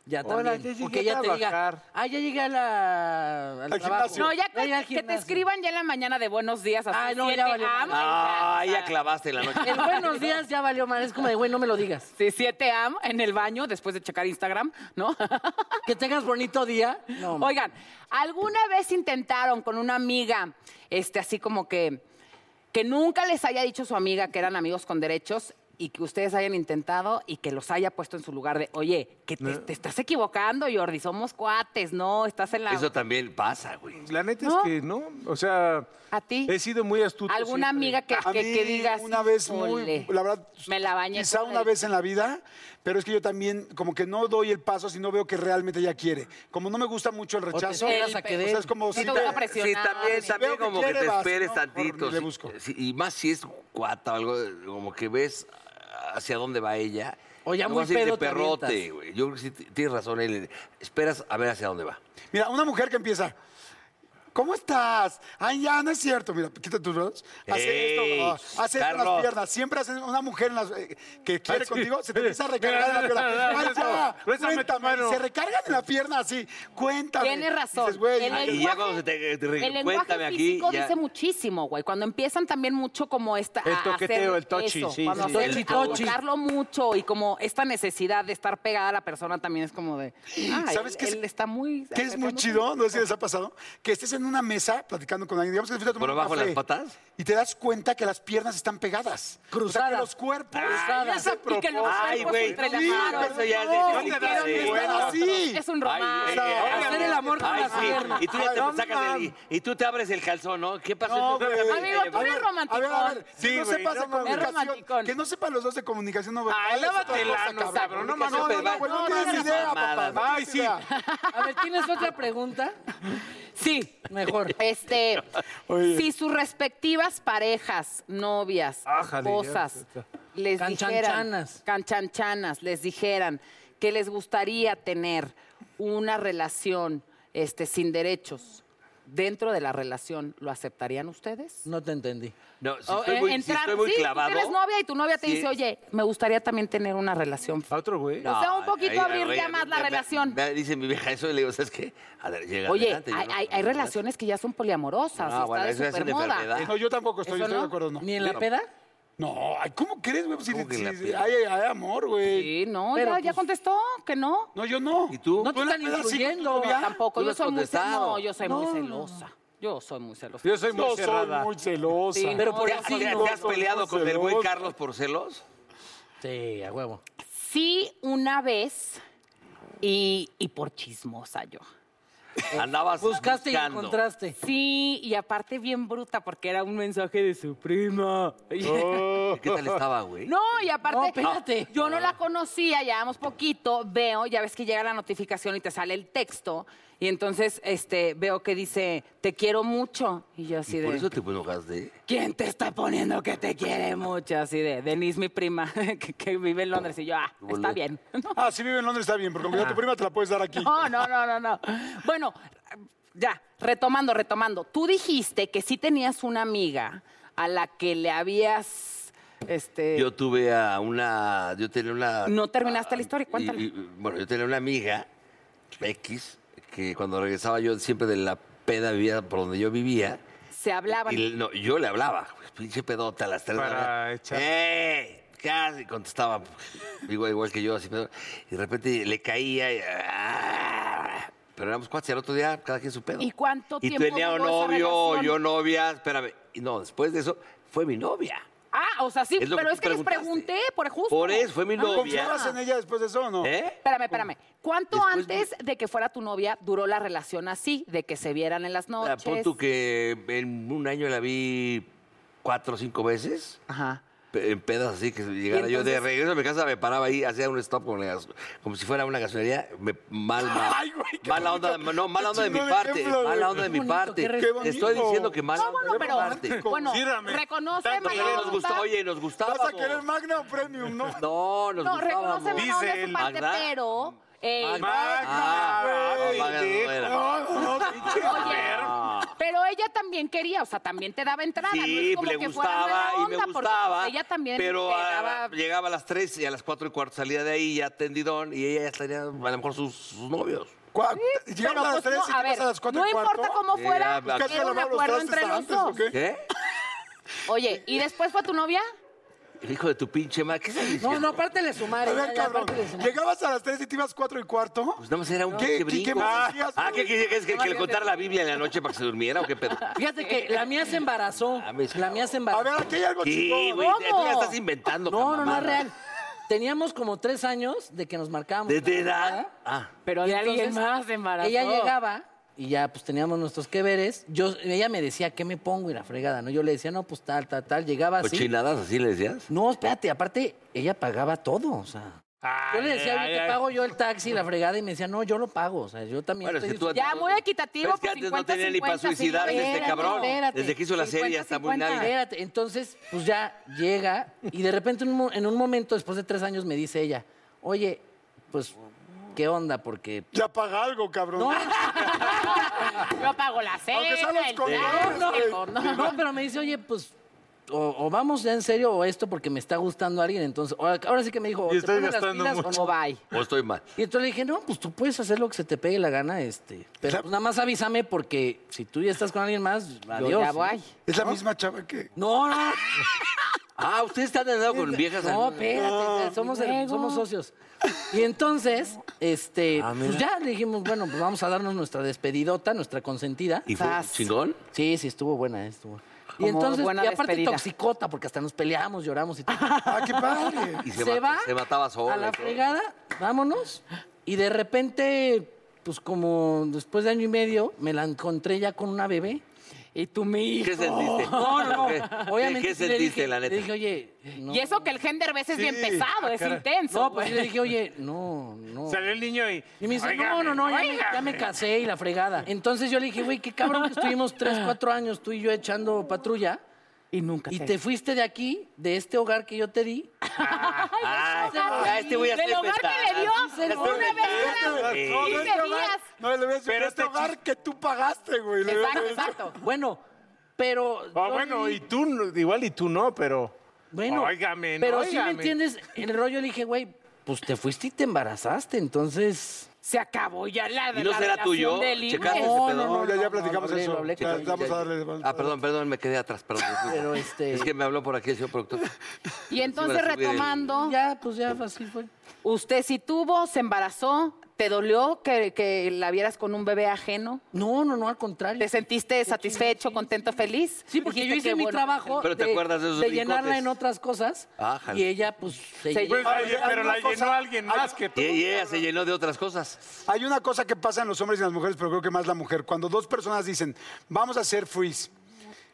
[SPEAKER 5] ya
[SPEAKER 6] Hola,
[SPEAKER 5] también.
[SPEAKER 6] ya llegué
[SPEAKER 5] Porque
[SPEAKER 6] a
[SPEAKER 5] ella te diga,
[SPEAKER 6] trabajar.
[SPEAKER 5] ah, ya llegué a la, al,
[SPEAKER 4] Al
[SPEAKER 5] trabajo.
[SPEAKER 4] gimnasio.
[SPEAKER 2] No, ya que,
[SPEAKER 5] llegué al
[SPEAKER 2] que te
[SPEAKER 5] gimnasio.
[SPEAKER 2] escriban ya en la mañana de buenos días a
[SPEAKER 5] Ay,
[SPEAKER 2] sus
[SPEAKER 5] no, ya
[SPEAKER 2] siete,
[SPEAKER 5] valió.
[SPEAKER 2] amo.
[SPEAKER 3] Ah,
[SPEAKER 2] ya,
[SPEAKER 3] ya clavaste en la noche.
[SPEAKER 5] <laughs> El buenos días ya valió mal. Es como de, güey, no me lo digas.
[SPEAKER 2] Sí, siete am en el baño después de checar Instagram, ¿no?
[SPEAKER 5] Que tengas bonito día. No, ma-
[SPEAKER 2] Oigan, ¿alguna vez intentaron con una amiga, este, así como que, que nunca les haya dicho su amiga que eran amigos con derechos y que ustedes hayan intentado y que los haya puesto en su lugar de, oye, que te, te estás equivocando, Jordi, somos cuates, no, estás en la...
[SPEAKER 3] Eso también pasa, güey.
[SPEAKER 4] pues,
[SPEAKER 6] La neta
[SPEAKER 2] No.
[SPEAKER 6] es que no, o sea,
[SPEAKER 2] ¿A ti?
[SPEAKER 6] he sido muy astuto.
[SPEAKER 2] ¿Alguna
[SPEAKER 6] siempre.
[SPEAKER 2] amiga que,
[SPEAKER 4] A
[SPEAKER 2] que, que
[SPEAKER 4] mí,
[SPEAKER 2] digas?
[SPEAKER 4] una vez muy,
[SPEAKER 2] "Híjole,
[SPEAKER 4] la verdad,
[SPEAKER 2] Me la bañé.
[SPEAKER 4] quizá
[SPEAKER 2] con
[SPEAKER 4] una
[SPEAKER 2] el-".
[SPEAKER 4] vez en la vida, pero es que yo también como que no doy el paso si no veo que realmente ella quiere. Como no me gusta mucho el rechazo,
[SPEAKER 5] esperas a que
[SPEAKER 4] o
[SPEAKER 5] dé.
[SPEAKER 4] sea, es como
[SPEAKER 2] Sí,
[SPEAKER 4] si
[SPEAKER 2] te
[SPEAKER 4] te-
[SPEAKER 2] toca presionar.
[SPEAKER 3] Sí, también,
[SPEAKER 2] Presionarme.
[SPEAKER 3] también
[SPEAKER 4] Veo que
[SPEAKER 3] como que
[SPEAKER 4] quiere,
[SPEAKER 3] te
[SPEAKER 4] vas,
[SPEAKER 3] esperes
[SPEAKER 4] ¿no?
[SPEAKER 3] tantito.
[SPEAKER 4] Mejor ni le
[SPEAKER 3] sí,
[SPEAKER 4] busco.
[SPEAKER 3] sí, y más si es cuata o algo, como que ves hacia dónde va ella.
[SPEAKER 5] O ya
[SPEAKER 3] No
[SPEAKER 5] muy
[SPEAKER 3] vas a ir
[SPEAKER 5] pedo
[SPEAKER 3] de
[SPEAKER 5] te
[SPEAKER 3] perrote,
[SPEAKER 5] avientas.
[SPEAKER 3] güey. Yo creo que sí t- tienes razón, él. Esperas a ver hacia dónde va.
[SPEAKER 4] Mira, una mujer que empieza. ¿Cómo estás? Ay, ya, no es cierto. Mira, quita tus brazos. Hace
[SPEAKER 3] Ey,
[SPEAKER 4] esto. ah, hace esto en las
[SPEAKER 3] Carlos.
[SPEAKER 4] piernas. Siempre hace una mujer en las- eh, que quiere
[SPEAKER 6] sí.
[SPEAKER 4] contigo, se te empieza a recargar en la
[SPEAKER 6] Mira,
[SPEAKER 4] pierna. Ay,
[SPEAKER 6] mira,
[SPEAKER 4] ya,
[SPEAKER 6] mira, préstame tu
[SPEAKER 4] cuéntame.
[SPEAKER 6] mano.
[SPEAKER 4] Y Se recargan en la pierna así. Cuéntame.
[SPEAKER 2] Tienes razón.
[SPEAKER 4] Dices, güey,
[SPEAKER 2] El
[SPEAKER 3] Ah, y
[SPEAKER 2] lenguaje-
[SPEAKER 3] ya cuando se te, te re-
[SPEAKER 2] El lenguaje
[SPEAKER 3] cuéntame aquí.
[SPEAKER 2] físico
[SPEAKER 3] ya-
[SPEAKER 2] dice muchísimo, güey. Cuando empiezan también mucho como esta...
[SPEAKER 6] El
[SPEAKER 2] a
[SPEAKER 6] toqueteo,
[SPEAKER 2] hacer
[SPEAKER 6] el tochi,
[SPEAKER 2] eso,
[SPEAKER 6] sí,
[SPEAKER 2] Cuando
[SPEAKER 6] sí,
[SPEAKER 2] hacer-
[SPEAKER 5] el tochi.
[SPEAKER 2] a tocarlo mucho y como esta necesidad de estar pegada a la persona también es como de... Ah,
[SPEAKER 4] ¿Sabes
[SPEAKER 2] él,
[SPEAKER 4] qué es-
[SPEAKER 2] él está muy...
[SPEAKER 4] ¿Qué es muy
[SPEAKER 2] acercándose.
[SPEAKER 4] chido? No sé si les ha pasado. Que estés en una mesa platicando con alguien. Digamos que te fuiste a tomar
[SPEAKER 3] ¿Por
[SPEAKER 4] un
[SPEAKER 3] abajo de
[SPEAKER 4] café
[SPEAKER 3] las patas?
[SPEAKER 4] Y te das cuenta que las piernas están pegadas. O sea,
[SPEAKER 5] Cruzadas.
[SPEAKER 4] que los cuerpos.
[SPEAKER 5] Cruzadas.
[SPEAKER 4] ese
[SPEAKER 2] Y que los
[SPEAKER 4] propósito.
[SPEAKER 3] Ay,
[SPEAKER 2] cuerpos
[SPEAKER 3] güey.
[SPEAKER 2] entrelazados.
[SPEAKER 3] Sí, eso ya es
[SPEAKER 2] No,
[SPEAKER 3] de-
[SPEAKER 2] pero
[SPEAKER 3] sí.
[SPEAKER 2] no es
[SPEAKER 4] Bueno,
[SPEAKER 2] otro.
[SPEAKER 4] sí.
[SPEAKER 2] Es un
[SPEAKER 3] Ay,
[SPEAKER 2] romance.
[SPEAKER 3] eh, eh,
[SPEAKER 5] Hacer el amor con
[SPEAKER 3] ay,
[SPEAKER 5] las
[SPEAKER 3] sí.
[SPEAKER 5] piernas.
[SPEAKER 3] Y tú ya
[SPEAKER 4] Ay,
[SPEAKER 3] te
[SPEAKER 4] no
[SPEAKER 3] sacas el-
[SPEAKER 4] mames.
[SPEAKER 3] y tú te abres el calzón, ¿no? ¿Qué pasó?
[SPEAKER 4] No, güey.
[SPEAKER 2] Amigo, tú eres romántico.
[SPEAKER 4] A ver, a ver,
[SPEAKER 6] Sí,
[SPEAKER 4] que no
[SPEAKER 6] güey,
[SPEAKER 4] sepas
[SPEAKER 6] no
[SPEAKER 4] de
[SPEAKER 6] mames.
[SPEAKER 2] Romanticón.
[SPEAKER 4] comunicación. Que no sepan los dos de comunicación no verbal.
[SPEAKER 6] Ay,
[SPEAKER 4] Eso
[SPEAKER 6] lávate
[SPEAKER 4] todo
[SPEAKER 6] el
[SPEAKER 4] pasa,
[SPEAKER 6] ano, cabrón, no mames.
[SPEAKER 4] No, no, no,
[SPEAKER 3] Verbal.
[SPEAKER 4] güey, no
[SPEAKER 3] No,
[SPEAKER 4] tienes
[SPEAKER 3] no, no,
[SPEAKER 4] idea,
[SPEAKER 3] mamadas,
[SPEAKER 4] papá. no
[SPEAKER 6] Ay,
[SPEAKER 4] tienes
[SPEAKER 6] sí.
[SPEAKER 4] idea.
[SPEAKER 5] A ver, ¿tienes otra pregunta?
[SPEAKER 2] Sí.
[SPEAKER 5] Mejor.
[SPEAKER 2] Este,
[SPEAKER 4] Oye.
[SPEAKER 2] si sus respectivas parejas, novias,
[SPEAKER 6] Ájale, ya,
[SPEAKER 2] esposas,
[SPEAKER 6] ya,
[SPEAKER 2] les dijeran,
[SPEAKER 5] Canchanchanas.
[SPEAKER 2] canchanchanas, les dijeran que les gustaría tener una relación este, sin derechos dentro de la relación, ¿lo aceptarían ustedes?
[SPEAKER 5] No te entendí.
[SPEAKER 3] No, si
[SPEAKER 2] O,
[SPEAKER 3] estoy
[SPEAKER 2] eh,
[SPEAKER 3] muy, si
[SPEAKER 2] entrar-
[SPEAKER 3] estoy muy
[SPEAKER 2] sí, tú
[SPEAKER 3] clavado.
[SPEAKER 2] tienes novia y tu novia te
[SPEAKER 3] sí.
[SPEAKER 2] dice, oye, me gustaría también tener una relación.
[SPEAKER 6] ¿A otro güey?
[SPEAKER 2] O sea, un poquito abrir
[SPEAKER 3] abrir
[SPEAKER 2] ya más la relación.
[SPEAKER 3] dice mi vieja eso y le digo, ¿sabes qué? A ver, llega
[SPEAKER 2] Oye,
[SPEAKER 3] adelante, yo
[SPEAKER 2] hay,
[SPEAKER 3] no-
[SPEAKER 2] hay- hay relaciones que ya son poliamorosas,
[SPEAKER 3] Ah,
[SPEAKER 2] está
[SPEAKER 3] bueno,
[SPEAKER 2] de
[SPEAKER 3] eso ya es una
[SPEAKER 2] supermoda.
[SPEAKER 3] enfermedad.
[SPEAKER 4] No, yo tampoco estoy,
[SPEAKER 2] ¿Eso
[SPEAKER 4] estoy
[SPEAKER 2] no?
[SPEAKER 4] de acuerdo, no.
[SPEAKER 5] ¿Ni en la peda?
[SPEAKER 4] No, ay, ¿cómo crees, güey? Pues Si,
[SPEAKER 3] ¿Cómo que la
[SPEAKER 4] si-
[SPEAKER 3] peda?
[SPEAKER 4] ay, ay, ay, amor, güey.
[SPEAKER 2] Sí, no,
[SPEAKER 5] Pero,
[SPEAKER 2] ya, ya
[SPEAKER 5] pues,
[SPEAKER 2] contestó que no.
[SPEAKER 4] No, yo no.
[SPEAKER 3] ¿Y tú?
[SPEAKER 5] No te
[SPEAKER 4] en Pues, la
[SPEAKER 5] están
[SPEAKER 4] peda sí con tu
[SPEAKER 5] incluyendo,
[SPEAKER 4] novia?
[SPEAKER 2] Tampoco,
[SPEAKER 3] ¿Tú
[SPEAKER 2] yo
[SPEAKER 3] has
[SPEAKER 2] soy muy celosa.
[SPEAKER 3] contestado?
[SPEAKER 2] No, yo soy muy
[SPEAKER 5] No, no,
[SPEAKER 2] celosa. Yo soy muy celosa.
[SPEAKER 6] Yo soy muy
[SPEAKER 4] Yo soy
[SPEAKER 6] cerrada.
[SPEAKER 4] muy celosa.
[SPEAKER 2] Sí,
[SPEAKER 5] Pero
[SPEAKER 2] No,
[SPEAKER 5] por
[SPEAKER 3] ¿Te
[SPEAKER 2] ya
[SPEAKER 3] has,
[SPEAKER 5] así
[SPEAKER 3] te-
[SPEAKER 5] no.
[SPEAKER 3] te has peleado con el güey
[SPEAKER 4] celoso.
[SPEAKER 3] Carlos por celos?
[SPEAKER 5] Sí, a huevo.
[SPEAKER 2] Sí, una vez y, y por chismosa yo.
[SPEAKER 3] Andabas
[SPEAKER 5] Buscaste y
[SPEAKER 3] buscando.
[SPEAKER 5] encontraste.
[SPEAKER 2] Sí, y aparte bien bruta porque era un mensaje de su prima. Y-
[SPEAKER 3] ¿Y ¿Qué tal estaba, güey?
[SPEAKER 2] <laughs> No, y aparte,
[SPEAKER 5] No, espérate.
[SPEAKER 2] yo no la conocía, llevamos poquito, veo, ya ves que llega la notificación y te sale el texto, y entonces este, veo que dice, te quiero mucho, y yo así
[SPEAKER 3] ¿Y
[SPEAKER 2] de...
[SPEAKER 3] por eso te enojaste?
[SPEAKER 2] ¿Quién te está poniendo que te quiere mucho? Así de Denise, mi prima, <laughs> que, que vive en Londres. Y yo, ah, está
[SPEAKER 3] Volé. <laughs>
[SPEAKER 2] bien.
[SPEAKER 4] Ah, si vive en Londres está bien, porque aunque sea tu prima te la puedes dar aquí.
[SPEAKER 2] No, no, no, no, no. Bueno, ya, retomando, retomando. Tú dijiste que sí tenías una amiga a la que le habías, este...
[SPEAKER 3] Yo tuve a una. Yo tenía una.
[SPEAKER 2] No terminaste la historia,
[SPEAKER 3] y-
[SPEAKER 2] cuéntala.
[SPEAKER 3] y- bueno, yo tenía una amiga, X, que cuando regresaba yo siempre de la peda vivía por donde yo vivía.
[SPEAKER 2] Se hablaban.
[SPEAKER 3] Y no, yo le hablaba, pinche pedota a las tres de la
[SPEAKER 1] Para
[SPEAKER 3] mañana.
[SPEAKER 1] echar-
[SPEAKER 3] ¡Eh! Casi contestaba, igual, igual que yo, así. pero- Y de repente le caía y... ¡ah! Pero éramos cuates y al otro día cada quien su pedo.
[SPEAKER 2] ¿Y cuánto
[SPEAKER 3] Y
[SPEAKER 2] tiempo
[SPEAKER 3] tenía
[SPEAKER 2] duró esa
[SPEAKER 3] novio,
[SPEAKER 2] relación?
[SPEAKER 3] yo novia, espérame. Y no, después de eso fue mi novia.
[SPEAKER 2] Ah, o sea, sí,
[SPEAKER 3] Es lo que
[SPEAKER 2] pero
[SPEAKER 3] tú
[SPEAKER 2] es que les
[SPEAKER 3] preguntaste.
[SPEAKER 2] pregunté, por justo.
[SPEAKER 3] Por eso, fue mi
[SPEAKER 2] Ah.
[SPEAKER 3] novia.
[SPEAKER 4] ¿Confiabas en ella después de eso o no?
[SPEAKER 3] ¿Eh?
[SPEAKER 2] Espérame, espérame. ¿Cuánto
[SPEAKER 3] Después
[SPEAKER 2] antes de que fuera tu novia duró la relación así, de que se vieran en las
[SPEAKER 3] Ah,
[SPEAKER 2] noches?
[SPEAKER 3] Pon tú que en un año la vi cuatro o cinco veces.
[SPEAKER 2] Ajá.
[SPEAKER 3] pe- En pedas así que llegara yo de
[SPEAKER 2] entonces-
[SPEAKER 3] regreso a mi casa, me paraba ahí, hacía un stop con la- como si fuera una gasolinería. me- mal, mal-
[SPEAKER 4] Ay, güey, qué
[SPEAKER 3] mala onda,
[SPEAKER 4] bonito.
[SPEAKER 3] no, mala
[SPEAKER 4] Qué
[SPEAKER 3] onda de mi
[SPEAKER 4] chingón
[SPEAKER 3] parte,
[SPEAKER 4] ejemplo, güey.
[SPEAKER 3] mala onda de mi
[SPEAKER 5] Qué bonito,
[SPEAKER 3] parte.
[SPEAKER 5] qué re-
[SPEAKER 4] Qué
[SPEAKER 3] Te estoy
[SPEAKER 4] bonito.
[SPEAKER 3] diciendo que mala
[SPEAKER 2] No,
[SPEAKER 3] onda
[SPEAKER 2] bueno,
[SPEAKER 3] de mi
[SPEAKER 2] pero
[SPEAKER 3] parte.
[SPEAKER 2] bueno,
[SPEAKER 1] Consídame.
[SPEAKER 2] reconoce
[SPEAKER 3] Tanto que
[SPEAKER 2] mala
[SPEAKER 3] nos
[SPEAKER 2] onda.
[SPEAKER 3] gustaba, oye, nos gustaba.
[SPEAKER 4] ¿Vas a querer Magna o Premium, no?
[SPEAKER 3] <laughs> No, nos
[SPEAKER 2] No,
[SPEAKER 3] gustábamos.
[SPEAKER 2] reconoce mala onda de su
[SPEAKER 1] Dice
[SPEAKER 2] parte,
[SPEAKER 3] él.
[SPEAKER 2] pero eh,
[SPEAKER 3] Magda.
[SPEAKER 1] Magda,
[SPEAKER 3] Ah,
[SPEAKER 1] güey,
[SPEAKER 3] Magda
[SPEAKER 1] pendejo.
[SPEAKER 3] no era.
[SPEAKER 2] oye, pero ella también quería, o sea, también te daba entrada, no
[SPEAKER 3] Sí,
[SPEAKER 2] es como
[SPEAKER 3] le
[SPEAKER 2] que
[SPEAKER 3] gustaba
[SPEAKER 2] fuera mala
[SPEAKER 3] y
[SPEAKER 2] onda,
[SPEAKER 3] me
[SPEAKER 2] porque,
[SPEAKER 3] gustaba.
[SPEAKER 2] pues, ella también
[SPEAKER 3] pero ah,
[SPEAKER 2] te
[SPEAKER 3] a-
[SPEAKER 2] daba-
[SPEAKER 3] llegaba a las 3 y a las 4 y cuarto salía de ahí ya tendidón y ella ya estaría a lo mejor sus, sus novios.
[SPEAKER 4] Cua-
[SPEAKER 2] Pero,
[SPEAKER 4] Llegamos a las
[SPEAKER 2] pues,
[SPEAKER 4] 3
[SPEAKER 2] no,
[SPEAKER 4] y
[SPEAKER 2] a
[SPEAKER 4] te vas
[SPEAKER 2] ver,
[SPEAKER 4] a las 4
[SPEAKER 2] no
[SPEAKER 4] y cuarto.
[SPEAKER 2] importa cómo
[SPEAKER 3] Ya,
[SPEAKER 2] fuera,
[SPEAKER 3] pues,
[SPEAKER 4] ¿Buscaste
[SPEAKER 2] era un
[SPEAKER 4] lavar los
[SPEAKER 2] acuerdo
[SPEAKER 4] trastes
[SPEAKER 2] entre los
[SPEAKER 4] antes,
[SPEAKER 2] dos.
[SPEAKER 4] o qué?
[SPEAKER 3] ¿Qué?
[SPEAKER 2] Oye, ¿y después fue tu novia?
[SPEAKER 3] El hijo de tu pinche madre. ¿Qué estás diciendo?
[SPEAKER 5] No, no, apártele su
[SPEAKER 4] A
[SPEAKER 5] madre. ya,
[SPEAKER 4] ver,
[SPEAKER 5] ya,
[SPEAKER 4] cabrón,
[SPEAKER 5] apártele su madre.
[SPEAKER 4] ¿llegabas a las 3 y te ibas 4 y cuarto?
[SPEAKER 3] Pues nada más era un
[SPEAKER 4] ¿Qué-
[SPEAKER 3] pinche
[SPEAKER 4] qué- qué
[SPEAKER 3] brinco.
[SPEAKER 4] más hacías,
[SPEAKER 3] Ah, ¿qué
[SPEAKER 4] güey?
[SPEAKER 3] querías? ¿Que, que le contara la Biblia en la noche para que se durmiera o
[SPEAKER 5] <laughs>
[SPEAKER 3] qué pedo?
[SPEAKER 5] Fíjate que la mía se embarazó.
[SPEAKER 3] Mames,
[SPEAKER 5] La mía se
[SPEAKER 4] A
[SPEAKER 5] embarazó.
[SPEAKER 4] ver, aquí hay algo
[SPEAKER 3] Sí,
[SPEAKER 4] chingón.
[SPEAKER 3] güey, te- tú ya
[SPEAKER 5] ¿Cómo?
[SPEAKER 3] estás inventando.
[SPEAKER 5] No, no, no es
[SPEAKER 3] camamada.
[SPEAKER 5] real. Teníamos como tres años de que nos marcábamos.
[SPEAKER 3] ¿Desde edad? Ah,
[SPEAKER 2] Pero
[SPEAKER 5] Y entonces, Ella llegaba y ya pues teníamos nuestros que veres. Yo, ella me decía, ¿qué me pongo? Y la fregada, ¿no? Yo le decía, no, pues tal, tal, tal. Llegaba así.
[SPEAKER 3] cochinadas, así le decías.
[SPEAKER 5] No, espérate, aparte, ella pagaba todo, o sea. Yo le decía,
[SPEAKER 1] Ay,
[SPEAKER 5] oye,
[SPEAKER 1] ay,
[SPEAKER 5] te
[SPEAKER 1] ay.
[SPEAKER 5] pago yo el taxi, la fregada, y me decía, no, yo lo pago, o sea, yo también
[SPEAKER 3] Bueno, es
[SPEAKER 5] estoy
[SPEAKER 3] que tú
[SPEAKER 5] disfrutando.
[SPEAKER 2] Ya, muy equitativo,
[SPEAKER 3] Pero es que
[SPEAKER 2] pues,
[SPEAKER 3] antes no tenía
[SPEAKER 2] 50,
[SPEAKER 3] ni para
[SPEAKER 2] 50,
[SPEAKER 3] suicidarse
[SPEAKER 2] sí,
[SPEAKER 3] este
[SPEAKER 5] espérate,
[SPEAKER 3] cabrón.
[SPEAKER 5] espérate.
[SPEAKER 3] Desde que hizo la serie ya está muy
[SPEAKER 2] 50.
[SPEAKER 3] nada.
[SPEAKER 5] Espérate, entonces, pues ya llega y de repente en un mo- en un momento, después de tres años, me dice ella, oye, pues, ¿qué onda? Porque...
[SPEAKER 4] Ya paga algo, cabrón.
[SPEAKER 5] No,
[SPEAKER 2] Yo pago la cena,
[SPEAKER 4] Aunque sean los
[SPEAKER 2] el
[SPEAKER 4] condones,
[SPEAKER 2] taxi, el
[SPEAKER 4] güey.
[SPEAKER 2] condón.
[SPEAKER 5] no, pero me dice, oye, pues, o, o vamos ya en serio o esto porque me está gustando alguien, entonces, ahora, ahora sí que me dijo, o te
[SPEAKER 1] Y estás
[SPEAKER 5] pones las
[SPEAKER 1] gastando
[SPEAKER 5] pilas
[SPEAKER 1] mucho.
[SPEAKER 5] o no bye.
[SPEAKER 3] O estoy mal.
[SPEAKER 5] Y entonces le dije, no, pues tú puedes hacer lo que se te pegue la gana, este. Pero pues, nada más avísame porque si tú ya estás con alguien más, adiós.
[SPEAKER 2] Yo ya
[SPEAKER 5] ¿sí?
[SPEAKER 2] voy.
[SPEAKER 4] Es la misma chava que...
[SPEAKER 5] No,
[SPEAKER 1] <laughs>
[SPEAKER 5] no,
[SPEAKER 3] Ah, ustedes están
[SPEAKER 5] <laughs>
[SPEAKER 3] andando con viejas.
[SPEAKER 5] no, espérate, somos, somos socios. Y entonces, este,
[SPEAKER 1] Ah,
[SPEAKER 5] pues ya le dijimos, bueno, pues vamos a darnos nuestra despedidota, nuestra consentida.
[SPEAKER 3] ¿Y fue
[SPEAKER 2] Sas.
[SPEAKER 3] chingón?
[SPEAKER 5] Sí, sí, estuvo buena, eh, estuvo. Y
[SPEAKER 2] Como
[SPEAKER 5] entonces,
[SPEAKER 2] buena
[SPEAKER 5] y aparte
[SPEAKER 2] despedida.
[SPEAKER 5] toxicota, porque hasta nos peleamos, lloramos
[SPEAKER 2] <laughs>
[SPEAKER 5] y todo.
[SPEAKER 4] Ah, qué padre.
[SPEAKER 3] Y se, va- se mataba sola.
[SPEAKER 5] A la
[SPEAKER 3] y todo.
[SPEAKER 5] fregada, vámonos. Y de repente, pues como después de año y medio, me la encontré ya con una bebé.
[SPEAKER 2] Y tú, mi
[SPEAKER 3] ¿Qué sentiste?
[SPEAKER 2] <laughs>
[SPEAKER 5] No, no, no.
[SPEAKER 3] ¿Qué,
[SPEAKER 5] Obviamente.
[SPEAKER 3] ¿Qué
[SPEAKER 5] sí le
[SPEAKER 3] sentiste,
[SPEAKER 5] dije-
[SPEAKER 3] la neta?
[SPEAKER 5] Le dije, oye. No,
[SPEAKER 2] Y eso que el gender ves es bien
[SPEAKER 1] Sí,
[SPEAKER 2] pesado,
[SPEAKER 1] ah,
[SPEAKER 2] es
[SPEAKER 1] caray.
[SPEAKER 2] intenso.
[SPEAKER 5] No, pues
[SPEAKER 2] güey.
[SPEAKER 5] yo le dije, oye, no, no.
[SPEAKER 1] Salió el niño y.
[SPEAKER 5] Y me dice,
[SPEAKER 1] "Óigame,
[SPEAKER 5] no, no, no, ya me, ya
[SPEAKER 1] óigame".
[SPEAKER 5] me casé y la fregada. Entonces yo le dije, güey, qué cabrón que estuvimos
[SPEAKER 1] <laughs>
[SPEAKER 5] tres, cuatro años tú y yo echando patrulla.
[SPEAKER 2] Y nunca
[SPEAKER 5] Y te fuiste de aquí, de este hogar que yo te di.
[SPEAKER 3] Ay, ya este voy a
[SPEAKER 2] Del
[SPEAKER 3] hacer
[SPEAKER 2] hogar que le dio
[SPEAKER 3] petar. Ya estoy
[SPEAKER 2] una vez
[SPEAKER 3] metiendo.
[SPEAKER 2] cada
[SPEAKER 3] Sí.
[SPEAKER 4] No, de
[SPEAKER 2] 15
[SPEAKER 4] este hogar-
[SPEAKER 2] días.
[SPEAKER 4] No, le voy a decir,
[SPEAKER 1] Pero
[SPEAKER 4] de este
[SPEAKER 1] este
[SPEAKER 4] hogar que tú pagaste, güey. le voy a
[SPEAKER 2] Exacto,
[SPEAKER 4] decir.
[SPEAKER 2] exacto.
[SPEAKER 5] Bueno, pero.
[SPEAKER 1] Ah,
[SPEAKER 5] yo
[SPEAKER 1] bueno,
[SPEAKER 5] le-
[SPEAKER 1] y tú, no- igual y tú no, pero.
[SPEAKER 5] Bueno,
[SPEAKER 1] Óigame, no,
[SPEAKER 5] pero si
[SPEAKER 1] óigame.
[SPEAKER 5] me entiendes, el rollo le dije, güey, pues te fuiste y te embarazaste, entonces.
[SPEAKER 2] Se acabó ya la
[SPEAKER 3] ¿Y no
[SPEAKER 2] la
[SPEAKER 3] será
[SPEAKER 2] relación
[SPEAKER 3] tuyo?
[SPEAKER 2] de libre.
[SPEAKER 3] ¿Checaste ese pedo?
[SPEAKER 4] No, ya, ya
[SPEAKER 5] lo
[SPEAKER 4] platicamos
[SPEAKER 5] hablé,
[SPEAKER 4] eso.
[SPEAKER 5] lo hablé con
[SPEAKER 4] Ya,
[SPEAKER 5] ella.
[SPEAKER 4] vamos a darle. vamos a
[SPEAKER 3] Ah,
[SPEAKER 4] darle.
[SPEAKER 3] perdón, perdón, me quedé atrás,
[SPEAKER 5] <laughs>
[SPEAKER 3] perdón. disculpa.
[SPEAKER 5] Pero, este-
[SPEAKER 3] Es que me habló por aquí el señor productor.
[SPEAKER 5] <laughs>
[SPEAKER 2] Y entonces
[SPEAKER 3] Sí, para subir el-
[SPEAKER 2] retomando,
[SPEAKER 5] Ya, pues ya, así fue.
[SPEAKER 2] usted sí tuvo, se embarazó, ¿te dolió que, que la vieras con un bebé ajeno?
[SPEAKER 5] No, no, no, al contrario.
[SPEAKER 2] ¿Te sentiste satisfecho, contento, feliz?
[SPEAKER 5] Sí, porque yo
[SPEAKER 2] Dijiste,
[SPEAKER 5] hice
[SPEAKER 2] qué
[SPEAKER 5] mi
[SPEAKER 2] bueno.
[SPEAKER 5] trabajo
[SPEAKER 3] Pero te
[SPEAKER 5] de,
[SPEAKER 3] acuerdas de esos
[SPEAKER 5] de llenarla
[SPEAKER 3] brincotes.
[SPEAKER 5] en otras cosas
[SPEAKER 3] Ájale.
[SPEAKER 5] y ella pues se,
[SPEAKER 2] Se
[SPEAKER 1] Pues,
[SPEAKER 5] llenó.
[SPEAKER 2] llenó.
[SPEAKER 1] oye,
[SPEAKER 4] hay
[SPEAKER 1] pero
[SPEAKER 4] una
[SPEAKER 1] la llenó
[SPEAKER 4] cosa-
[SPEAKER 1] alguien más que tú.
[SPEAKER 3] Y ella se llenó de otras cosas.
[SPEAKER 4] Hay una cosa que pasa en los hombres y en las mujeres, pero creo que más la mujer. Cuando dos personas dicen, vamos a hacer freeze,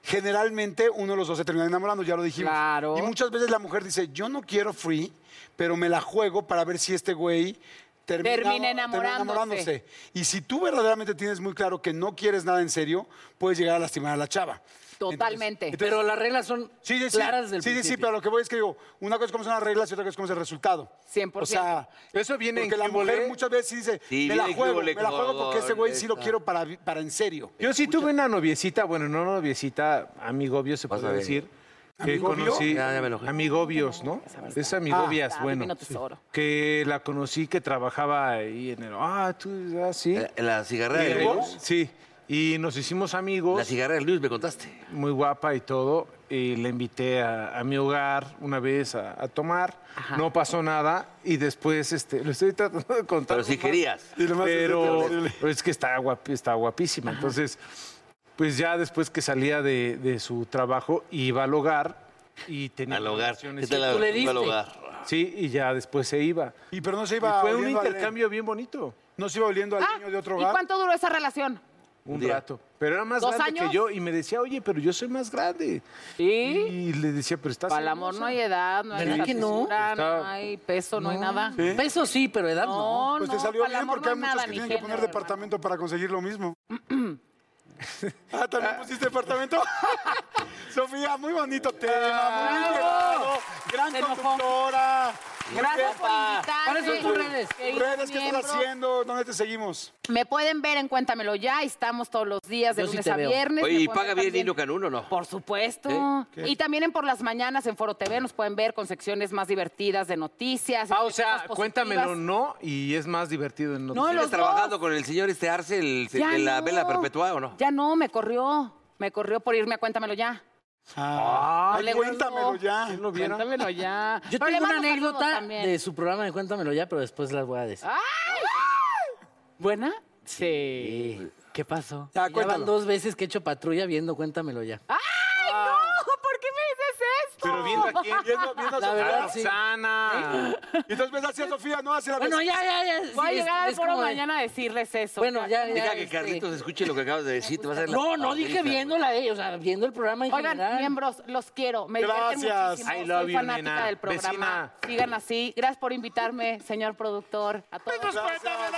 [SPEAKER 4] generalmente uno de los dos se termina enamorando, ya lo dijimos.
[SPEAKER 2] Claro.
[SPEAKER 4] Y muchas veces la mujer dice, yo no quiero free, pero me la juego para ver si este güey termina,
[SPEAKER 2] Termina enamorándose.
[SPEAKER 4] enamorándose. Y si tú verdaderamente tienes muy claro que no quieres nada en serio, puedes llegar a lastimar a la chava.
[SPEAKER 2] Totalmente.
[SPEAKER 4] Entonces-
[SPEAKER 5] Pero las reglas son
[SPEAKER 4] Sí, sí, sí.
[SPEAKER 5] claras del
[SPEAKER 4] sí, sí, sí, pero lo que voy es que digo, una cosa es cómo son las reglas y otra cosa es cómo es el resultado.
[SPEAKER 2] 100%.
[SPEAKER 4] O sea,
[SPEAKER 1] Eso viene en
[SPEAKER 4] porque la
[SPEAKER 1] qué volé.
[SPEAKER 4] mujer muchas veces sí dice,
[SPEAKER 3] Sí,
[SPEAKER 4] me
[SPEAKER 3] viene
[SPEAKER 4] la
[SPEAKER 3] en qué
[SPEAKER 4] juego,
[SPEAKER 3] volé
[SPEAKER 4] me la juego
[SPEAKER 3] con
[SPEAKER 4] porque ese güey sí lo
[SPEAKER 3] esta.
[SPEAKER 4] quiero para, para en serio.
[SPEAKER 1] Yo sí tuve una noviecita, bueno, no noviecita, amigo obvio se
[SPEAKER 3] Vas a
[SPEAKER 1] puede
[SPEAKER 3] ver.
[SPEAKER 1] decir, que
[SPEAKER 4] ¿Amigovio?
[SPEAKER 1] conocí.
[SPEAKER 3] Ya, ya me enojé.
[SPEAKER 1] Amigobios, ¿no?
[SPEAKER 2] amistad.
[SPEAKER 1] Es amigobias,
[SPEAKER 2] Ah, divino
[SPEAKER 1] bueno.
[SPEAKER 2] tesoro.
[SPEAKER 1] Que la conocí, que trabajaba ahí en el. Ah, tú, ah, sí.
[SPEAKER 3] Eh, En la cigarrera
[SPEAKER 1] Y
[SPEAKER 3] de
[SPEAKER 1] luego-
[SPEAKER 3] Luis.
[SPEAKER 1] Sí. Y nos hicimos amigos.
[SPEAKER 3] La cigarrera de Luis, me contaste.
[SPEAKER 1] muy guapa y todo. Y la invité a, a mi hogar una vez a, a tomar. No pasó nada. Y después, este, lo estoy tratando de contar.
[SPEAKER 3] Pero si querías.
[SPEAKER 4] Y lo más-
[SPEAKER 1] Pero, pero es que está, guapi- está guapísima. Entonces, pues ya después que salía de, de su trabajo, iba al hogar y tenía
[SPEAKER 3] Al hogar.
[SPEAKER 1] relaciones.
[SPEAKER 3] ¿Qué tal la-
[SPEAKER 5] Tú le
[SPEAKER 3] iba al
[SPEAKER 5] diste.
[SPEAKER 3] hogar?
[SPEAKER 1] Sí, y ya después se iba.
[SPEAKER 4] Y pero no se
[SPEAKER 1] Y
[SPEAKER 4] iba
[SPEAKER 1] fue un
[SPEAKER 4] oliendo al-
[SPEAKER 1] intercambio bien bonito.
[SPEAKER 4] no se iba oliendo al
[SPEAKER 2] Ah,
[SPEAKER 4] niño de otro
[SPEAKER 2] ¿Y
[SPEAKER 4] hogar.
[SPEAKER 2] cuánto duró esa relación?
[SPEAKER 1] Un
[SPEAKER 3] día.
[SPEAKER 1] rato. Pero era más
[SPEAKER 2] ¿Dos
[SPEAKER 1] grande
[SPEAKER 2] años?
[SPEAKER 1] que yo y me decía, oye, pero yo soy más grande.
[SPEAKER 2] Sí.
[SPEAKER 1] Y le decía, pero estás.
[SPEAKER 2] Para el amor no hay edad, no hay
[SPEAKER 5] ¿Verdad que no?
[SPEAKER 2] estatura, no
[SPEAKER 1] Está-
[SPEAKER 2] hay peso, no, hay nada.
[SPEAKER 5] Peso sí, pero edad no.
[SPEAKER 2] No, no,
[SPEAKER 4] Pues te salió
[SPEAKER 2] para el
[SPEAKER 4] bien
[SPEAKER 2] amor
[SPEAKER 4] porque
[SPEAKER 2] no
[SPEAKER 4] hay
[SPEAKER 2] hay
[SPEAKER 4] muchos
[SPEAKER 2] nada,
[SPEAKER 4] que
[SPEAKER 2] ni
[SPEAKER 4] tienen que
[SPEAKER 2] género,
[SPEAKER 4] poner
[SPEAKER 2] hermano.
[SPEAKER 4] departamento para conseguir lo
[SPEAKER 2] <clears throat>
[SPEAKER 4] mismo. ah, también pusiste
[SPEAKER 2] <laughs>
[SPEAKER 4] departamento. Sofía, muy bonito tema, muy llevado. Gran
[SPEAKER 2] Se enojó.
[SPEAKER 4] conductora.
[SPEAKER 2] Gracias por
[SPEAKER 5] ¿Cuáles son
[SPEAKER 2] invitarme.
[SPEAKER 5] tus redes?
[SPEAKER 4] Redes, ¿qué estás
[SPEAKER 2] Miembros.
[SPEAKER 4] haciendo? ¿Dónde te seguimos?
[SPEAKER 2] Me pueden ver en Cuéntamelo Ya. Estamos todos los días, de
[SPEAKER 5] Yo sí
[SPEAKER 2] lunes
[SPEAKER 5] te
[SPEAKER 2] a
[SPEAKER 5] veo.
[SPEAKER 2] viernes.
[SPEAKER 3] Oye,
[SPEAKER 2] Me
[SPEAKER 3] ¿y
[SPEAKER 2] pueden
[SPEAKER 3] paga
[SPEAKER 2] ver
[SPEAKER 3] bien ¿Eh?
[SPEAKER 2] también-
[SPEAKER 3] Nino Canuno o no?
[SPEAKER 2] Por supuesto. Y también en Por las Mañanas, en Foro TV, nos pueden ver con secciones más divertidas de noticias.
[SPEAKER 1] Ah, o
[SPEAKER 2] de
[SPEAKER 1] sea,
[SPEAKER 2] cosas positivas.
[SPEAKER 1] cuéntamelo no y es más divertido en
[SPEAKER 2] No,
[SPEAKER 1] otro.
[SPEAKER 2] los
[SPEAKER 3] ¿Sigues trabajando con el señor este Arce, el
[SPEAKER 2] Ya
[SPEAKER 3] de la
[SPEAKER 2] no.
[SPEAKER 3] vela perpetua o no?
[SPEAKER 2] Ya no, me corrió. Me corrió por irme a Cuéntamelo Ya.
[SPEAKER 4] Ah,
[SPEAKER 2] no le
[SPEAKER 4] cuéntamelo
[SPEAKER 2] gustó.
[SPEAKER 4] ya.
[SPEAKER 1] ¿No vieron?
[SPEAKER 2] Cuéntamelo Ya.
[SPEAKER 5] Yo
[SPEAKER 2] Pero le
[SPEAKER 5] tengo una
[SPEAKER 2] mando saludos
[SPEAKER 5] anécdota
[SPEAKER 2] también. Ah,
[SPEAKER 5] de su programa de Cuéntamelo ya, pero después las voy a decir.
[SPEAKER 2] ¿Buena?
[SPEAKER 5] Sí. ¿Qué pasó?
[SPEAKER 4] Ya,
[SPEAKER 5] Ya,
[SPEAKER 4] cuéntalo.
[SPEAKER 5] van dos veces que he hecho patrulla viendo Cuéntamelo ya.
[SPEAKER 2] Ah, ¡Ay,
[SPEAKER 5] Ah.
[SPEAKER 2] no! ¿Por qué me dices esto?
[SPEAKER 1] Pero
[SPEAKER 4] <laughs>
[SPEAKER 1] viendo a quién.
[SPEAKER 4] Viendo- viendo a
[SPEAKER 5] La
[SPEAKER 4] Sofía.
[SPEAKER 5] verdad, sí.
[SPEAKER 1] Sana.
[SPEAKER 4] Y entonces ves hacia Sofía, no hacia la
[SPEAKER 5] Bueno,
[SPEAKER 4] vez-
[SPEAKER 5] ya, ya, ya. sí,
[SPEAKER 2] Voy a
[SPEAKER 5] es-
[SPEAKER 2] llegar al
[SPEAKER 5] es
[SPEAKER 2] foro
[SPEAKER 5] como de-
[SPEAKER 2] mañana a decirles eso.
[SPEAKER 5] Bueno, ya, ya.
[SPEAKER 3] Deja que
[SPEAKER 5] este-
[SPEAKER 3] Carlitos escuche lo que acabas de decir. te vas a hacer la-
[SPEAKER 5] No, no dije viéndola, eh, o sea, viendo el programa en
[SPEAKER 2] Oigan,
[SPEAKER 5] general.
[SPEAKER 2] miembros, los quiero. Me divierten
[SPEAKER 4] Gracias.
[SPEAKER 2] muchísimo.
[SPEAKER 1] I love
[SPEAKER 2] Soy
[SPEAKER 1] you,
[SPEAKER 2] fanática
[SPEAKER 1] nena.
[SPEAKER 2] del programa.
[SPEAKER 1] Vecina.
[SPEAKER 2] Sigan así. Gracias por invitarme, señor productor. A todos.
[SPEAKER 4] Cuéntamelo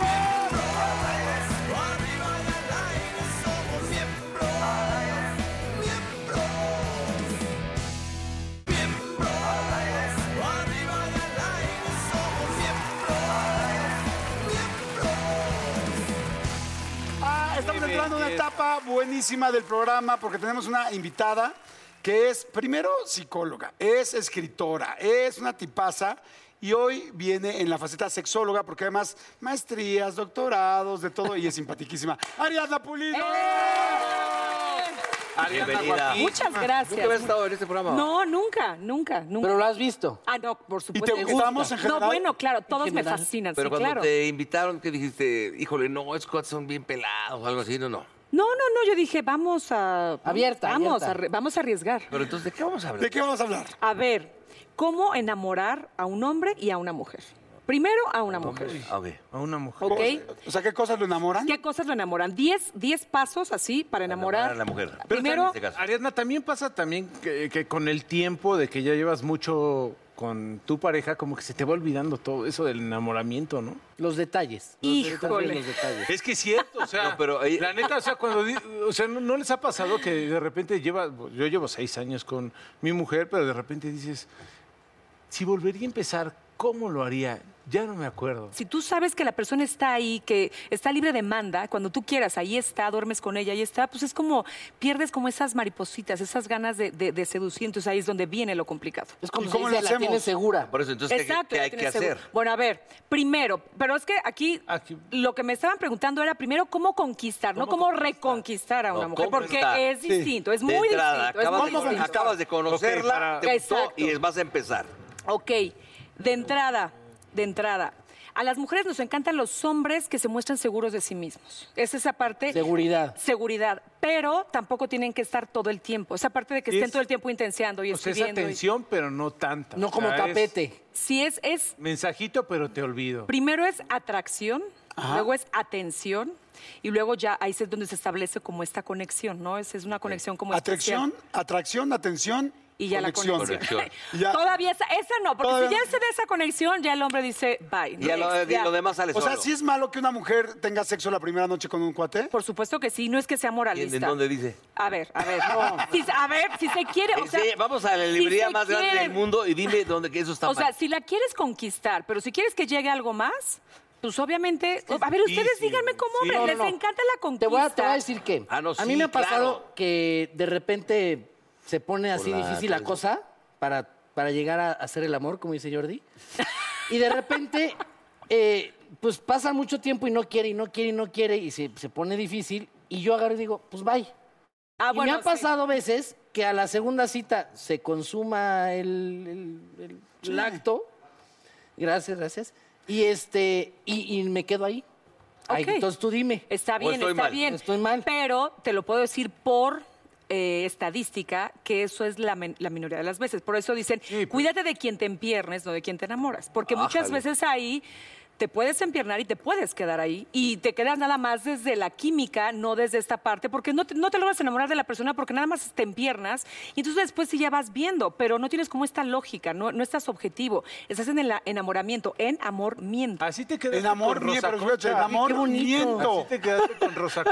[SPEAKER 4] ya. Ah, estamos entrando en una etapa buenísima del programa porque tenemos una invitada que es, primero, psicóloga, es escritora, es una tipaza y hoy viene en la faceta sexóloga porque además maestrías, doctorados, de todo y es simpatiquísima. Ariadna Pulido.
[SPEAKER 3] Bienvenida.
[SPEAKER 7] Muchas gracias.
[SPEAKER 3] ¿Nunca habías estado en este programa?
[SPEAKER 7] No, nunca, nunca, nunca.
[SPEAKER 5] Pero lo has visto.
[SPEAKER 7] Ah, no, por supuesto.
[SPEAKER 4] te gustamos en general?
[SPEAKER 7] No, bueno, claro, todos me
[SPEAKER 5] general.
[SPEAKER 7] fascinan,
[SPEAKER 3] Pero
[SPEAKER 7] sí,
[SPEAKER 3] cuando
[SPEAKER 7] claro.
[SPEAKER 3] te invitaron, ¿qué dijiste? Híjole, no, esos cuates son bien pelados o algo así, no, no.
[SPEAKER 7] No, no, no, yo dije, vamos a...
[SPEAKER 5] Abierta,
[SPEAKER 7] Vamos,
[SPEAKER 5] abierta.
[SPEAKER 7] A, arri- vamos a arriesgar.
[SPEAKER 3] Pero entonces, ¿de qué vamos a hablar?
[SPEAKER 4] ¿De qué vamos a hablar?
[SPEAKER 7] A ver, ¿cómo enamorar a un hombre y a una mujer? Primero a una mujer,
[SPEAKER 3] Ah, ok.
[SPEAKER 1] A una mujer.
[SPEAKER 7] ¿ok?
[SPEAKER 4] O sea, ¿qué cosas lo enamoran?
[SPEAKER 7] ¿Qué cosas lo enamoran? Diez, diez pasos así para enamorar.
[SPEAKER 3] a la mujer.
[SPEAKER 7] Primero,
[SPEAKER 3] en este caso.
[SPEAKER 1] Ariadna, también pasa también que, que con el tiempo de que ya llevas mucho con tu pareja, como que se te va olvidando todo eso del enamoramiento, ¿no?
[SPEAKER 5] Los detalles. Los
[SPEAKER 7] Híjole.
[SPEAKER 5] detalles, Los detalles.
[SPEAKER 1] Es que es cierto, o sea,
[SPEAKER 3] No, pero ahí-
[SPEAKER 1] la neta, o sea, cuando, di- o sea, ¿no, no les ha pasado que de repente lleva, yo llevo seis años con mi mujer, pero de repente dices, si volvería a empezar, ¿cómo lo haría? Ya no me acuerdo.
[SPEAKER 7] si tú sabes que la persona está ahí, que está libre de manda, cuando tú quieras, ahí está, duermes con ella, ahí está, pues es como pierdes como esas maripositas, esas ganas de, de- de seducir, entonces ahí es donde viene lo complicado.
[SPEAKER 5] Es como
[SPEAKER 4] ¿Y
[SPEAKER 5] se
[SPEAKER 4] cómo
[SPEAKER 5] dice,
[SPEAKER 4] le
[SPEAKER 5] la
[SPEAKER 4] hacemos?
[SPEAKER 5] tienes segura.
[SPEAKER 3] Por eso, entonces, ¿qué- ¿qué,
[SPEAKER 7] ya
[SPEAKER 3] hay que
[SPEAKER 7] tienes seguro.
[SPEAKER 3] hacer?
[SPEAKER 7] Bueno, a ver, primero, pero es que aquí,
[SPEAKER 1] Aquí.
[SPEAKER 7] lo que me estaban preguntando era primero cómo conquistar, no cómo reconquistar a
[SPEAKER 3] No,
[SPEAKER 7] una mujer, porque
[SPEAKER 3] conquistar.
[SPEAKER 7] es
[SPEAKER 3] Sí.
[SPEAKER 7] distinto, es
[SPEAKER 3] De
[SPEAKER 7] muy
[SPEAKER 3] entrada,
[SPEAKER 7] distinto. es
[SPEAKER 3] acabas,
[SPEAKER 7] muy
[SPEAKER 3] de,
[SPEAKER 7] distinto.
[SPEAKER 3] acabas de
[SPEAKER 1] Ok,
[SPEAKER 3] conocerla,
[SPEAKER 1] para-
[SPEAKER 3] te gustó
[SPEAKER 7] Exacto.
[SPEAKER 3] y vas a empezar.
[SPEAKER 7] Ok, de entrada, de entrada. A las mujeres nos encantan los hombres que se muestran seguros de sí mismos. Es esa parte.
[SPEAKER 5] Seguridad.
[SPEAKER 7] Seguridad, pero tampoco tienen que estar todo el tiempo. Esa parte de que estén
[SPEAKER 1] Es-
[SPEAKER 7] todo el tiempo intenseando y
[SPEAKER 1] O sea, es
[SPEAKER 7] escribiendo. y-
[SPEAKER 1] atención, pero no tanta.
[SPEAKER 5] No
[SPEAKER 1] O
[SPEAKER 5] como
[SPEAKER 1] sea, Ah, es
[SPEAKER 5] tapete.
[SPEAKER 7] Sí, es, es
[SPEAKER 1] Mensajito, pero te olvido.
[SPEAKER 7] primero es atracción, luego es atención y luego ya ahí es donde se establece como esta conexión, ¿no? Es, es una conexión como
[SPEAKER 4] Atracción,
[SPEAKER 7] especial.
[SPEAKER 4] atracción, atención.
[SPEAKER 7] Y ya la conexión. <laughs>
[SPEAKER 3] Conexión.
[SPEAKER 4] <laughs> Ya.
[SPEAKER 7] Todavía esa, esa no, porque
[SPEAKER 4] Todavía
[SPEAKER 7] si
[SPEAKER 4] no.
[SPEAKER 7] ya se da esa conexión, ya el hombre dice bye.
[SPEAKER 3] Y ya lo,
[SPEAKER 7] next,
[SPEAKER 3] y
[SPEAKER 7] ya.
[SPEAKER 3] lo demás sale
[SPEAKER 4] O sea,
[SPEAKER 3] solo.
[SPEAKER 4] ¿sí es malo que una mujer tenga sexo la primera noche con un cuate?
[SPEAKER 7] Por supuesto que sí, no es que sea moralista.
[SPEAKER 3] ¿En dónde dice?
[SPEAKER 7] A ver, a ver,
[SPEAKER 5] <laughs>
[SPEAKER 7] no. Si- a ver, si se quiere, o
[SPEAKER 3] Eh,
[SPEAKER 7] sea,
[SPEAKER 3] sí, vamos a la
[SPEAKER 7] si
[SPEAKER 3] librería
[SPEAKER 7] se
[SPEAKER 3] más grande
[SPEAKER 7] quiere-
[SPEAKER 3] del mundo y dime dónde que eso está
[SPEAKER 7] O sea,
[SPEAKER 3] mal.
[SPEAKER 7] si la quieres conquistar, pero si quieres que llegue algo más, pues obviamente. a ver, ustedes
[SPEAKER 1] difícil.
[SPEAKER 7] díganme cómo
[SPEAKER 1] Sí.
[SPEAKER 7] hombres,
[SPEAKER 1] No, no,
[SPEAKER 7] les
[SPEAKER 1] no.
[SPEAKER 7] encanta la
[SPEAKER 5] Te
[SPEAKER 7] conquista.
[SPEAKER 5] voy a, te voy a decir que
[SPEAKER 3] Ah, no,
[SPEAKER 5] a mí
[SPEAKER 3] sí,
[SPEAKER 5] me ha pasado
[SPEAKER 3] claro.
[SPEAKER 5] que de repente se pone así
[SPEAKER 3] la
[SPEAKER 5] difícil la cosa para, para llegar a hacer el amor, como dice Jordi. Y de repente, eh, pues pasa mucho tiempo y no quiere, y no quiere, y no quiere, y se, se pone difícil. Y yo agarro y digo, pues bye.
[SPEAKER 7] Ah,
[SPEAKER 5] y
[SPEAKER 7] bueno,
[SPEAKER 5] me ha
[SPEAKER 7] sí.
[SPEAKER 5] pasado veces que a la segunda cita se consuma el, el- el lacto. Gracias, gracias. Y este, y, y me quedo ahí. Ay,
[SPEAKER 7] Ok.
[SPEAKER 5] entonces tú dime.
[SPEAKER 7] Está bien,
[SPEAKER 3] estoy
[SPEAKER 7] está
[SPEAKER 3] mal.
[SPEAKER 7] bien.
[SPEAKER 5] Estoy mal.
[SPEAKER 7] Pero te lo puedo decir por eh, estadística que eso es la, men- la minoría de las veces. Por eso dicen,
[SPEAKER 3] pues.
[SPEAKER 7] cuídate de quien te empiernes, no de quien te enamoras. Porque muchas veces ahí te puedes empiernar y te puedes quedar ahí. Y te quedas nada más desde la química, no desde esta parte, porque no te, no te logras enamorar de la persona porque nada más te empiernas. Y entonces después sí ya vas viendo, pero no tienes como esta lógica, no, no estás objetivo. Estás en el enamoramiento, en amor miento.
[SPEAKER 1] Así te quedaste
[SPEAKER 4] Enamor,
[SPEAKER 1] con
[SPEAKER 4] mie-
[SPEAKER 1] Rosa
[SPEAKER 4] pero
[SPEAKER 1] Concha.
[SPEAKER 4] escucha, enamoramiento.
[SPEAKER 1] Así te quedaste con Rosa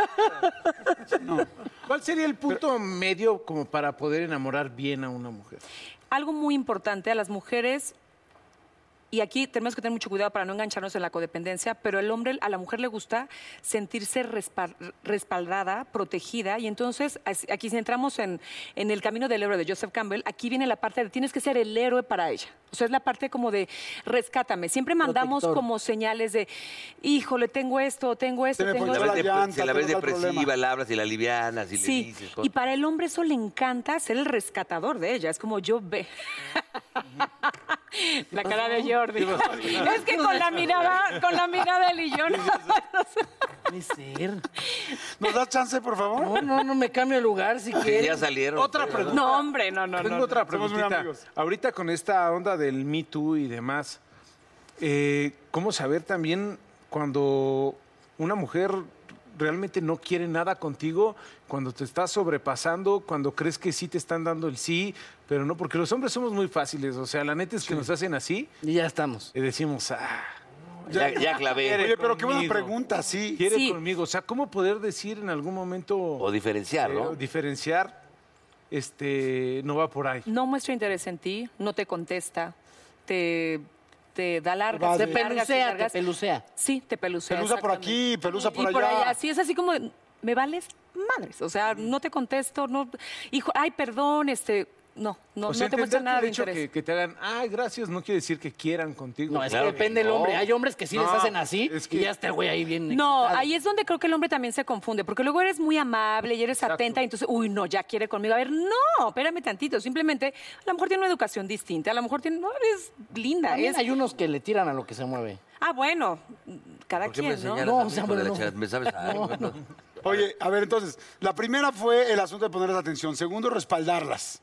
[SPEAKER 1] Concha. ¿Cuál sería el punto medio como para poder enamorar bien a una mujer?
[SPEAKER 7] Algo muy importante a las mujeres, y aquí tenemos que tener mucho cuidado para no engancharnos en la codependencia, pero el hombre, a la mujer le gusta sentirse respa- respaldada, protegida, y entonces as- aquí si entramos en, en el camino del héroe de Joseph Campbell, aquí viene la parte de tienes que ser el héroe para ella. O sea, es la parte como de rescátame. Siempre mandamos
[SPEAKER 5] Protector.
[SPEAKER 7] como señales de, híjole, tengo esto, tengo esto,
[SPEAKER 4] Se me
[SPEAKER 7] tengo
[SPEAKER 4] ponchó
[SPEAKER 3] Pues La
[SPEAKER 7] esto.
[SPEAKER 4] la
[SPEAKER 3] ves, dep-
[SPEAKER 4] llanta,
[SPEAKER 3] si la ves
[SPEAKER 4] tengo tal
[SPEAKER 3] depresiva,
[SPEAKER 4] problema.
[SPEAKER 3] la hablas y la alivianas y le
[SPEAKER 7] Sí,
[SPEAKER 3] dices
[SPEAKER 7] y
[SPEAKER 3] cosas.
[SPEAKER 7] para el hombre eso le encanta ser el rescatador de ella. Es como yo ve. la cara de Jordi. es que con la mirada, con la mirada él y yo. no, no sé.
[SPEAKER 5] Puede ser.
[SPEAKER 4] ¿Nos das chance, por favor?
[SPEAKER 5] No, no, no me cambio de lugar si
[SPEAKER 3] Sí, <laughs> ya
[SPEAKER 5] quieres.
[SPEAKER 3] salieron.
[SPEAKER 1] Otra
[SPEAKER 3] pero-
[SPEAKER 1] pregunta.
[SPEAKER 7] No, hombre, no, no,
[SPEAKER 1] Tengo
[SPEAKER 7] no.
[SPEAKER 1] otra
[SPEAKER 4] Somos muy
[SPEAKER 1] preguntita.
[SPEAKER 4] amigos.
[SPEAKER 1] Ahorita con esta onda del Me Too y demás, eh, ¿cómo saber también cuando una mujer realmente no quiere nada contigo, cuando te estás sobrepasando, cuando crees que sí te están dando el sí, pero no, porque los hombres somos muy fáciles, o sea, la neta es que nos hacen así
[SPEAKER 5] Y ya estamos.
[SPEAKER 1] y decimos, ah,
[SPEAKER 3] Ya, ya clavé. pues,
[SPEAKER 4] Oye, pero qué buena
[SPEAKER 1] conmigo.
[SPEAKER 4] pregunta, sí.
[SPEAKER 1] quiere
[SPEAKER 7] Sí.
[SPEAKER 1] conmigo, o sea, ¿cómo poder decir en algún momento
[SPEAKER 3] O diferenciar,
[SPEAKER 1] eh,
[SPEAKER 3] ¿no?
[SPEAKER 1] diferenciar, este, no va por ahí?
[SPEAKER 7] No muestra interés en ti, no te contesta, te, te da largas,
[SPEAKER 5] Te
[SPEAKER 7] te largas, y
[SPEAKER 5] pelucea, te
[SPEAKER 7] largas.
[SPEAKER 5] pelucea.
[SPEAKER 7] Sí, te pelucea.
[SPEAKER 4] Pelusa por
[SPEAKER 7] exactamente.
[SPEAKER 4] aquí, pelusa por
[SPEAKER 7] y
[SPEAKER 4] allá.
[SPEAKER 7] por allá. Sí, es así como, me vales madres. O sea, no te contesto, no. Hijo, ay, perdón, este. No, no,
[SPEAKER 1] O sea,
[SPEAKER 7] no te muestra
[SPEAKER 1] entender
[SPEAKER 7] nada
[SPEAKER 1] que
[SPEAKER 7] de
[SPEAKER 1] Pues el hecho
[SPEAKER 7] interés.
[SPEAKER 1] que, que te hagan, ah, gracias, no quiere decir que quieran contigo.
[SPEAKER 5] No, es
[SPEAKER 3] Claro
[SPEAKER 5] que
[SPEAKER 3] que
[SPEAKER 5] depende del
[SPEAKER 3] no.
[SPEAKER 5] hombre. Hay hombres que sí les
[SPEAKER 1] No,
[SPEAKER 5] hacen así
[SPEAKER 1] es que-
[SPEAKER 5] y ya está el güey ahí bien.
[SPEAKER 7] No,
[SPEAKER 5] excitado.
[SPEAKER 7] ahí es donde creo que el hombre también se confunde, porque luego eres muy amable y eres atenta, y entonces, uy, no, ya quiere conmigo. A ver, no, espérame tantito. Simplemente, a lo mejor tiene una educación distinta, a lo mejor tiene, no, es linda.
[SPEAKER 5] También
[SPEAKER 7] Es,
[SPEAKER 5] hay unos que le tiran a lo que se mueve.
[SPEAKER 7] Ah, bueno, cada
[SPEAKER 3] ¿Por qué me
[SPEAKER 7] quien, ¿no?
[SPEAKER 3] señalas
[SPEAKER 5] No,
[SPEAKER 3] a mí,
[SPEAKER 5] o sea,
[SPEAKER 3] hijo de
[SPEAKER 5] bueno,
[SPEAKER 3] la
[SPEAKER 5] no.
[SPEAKER 3] chingada?
[SPEAKER 7] <laughs>
[SPEAKER 3] ¿Me sabes algo?
[SPEAKER 4] Oye, a ver, entonces, la primera fue el asunto de ponerles atención. Segundo, respaldarlas.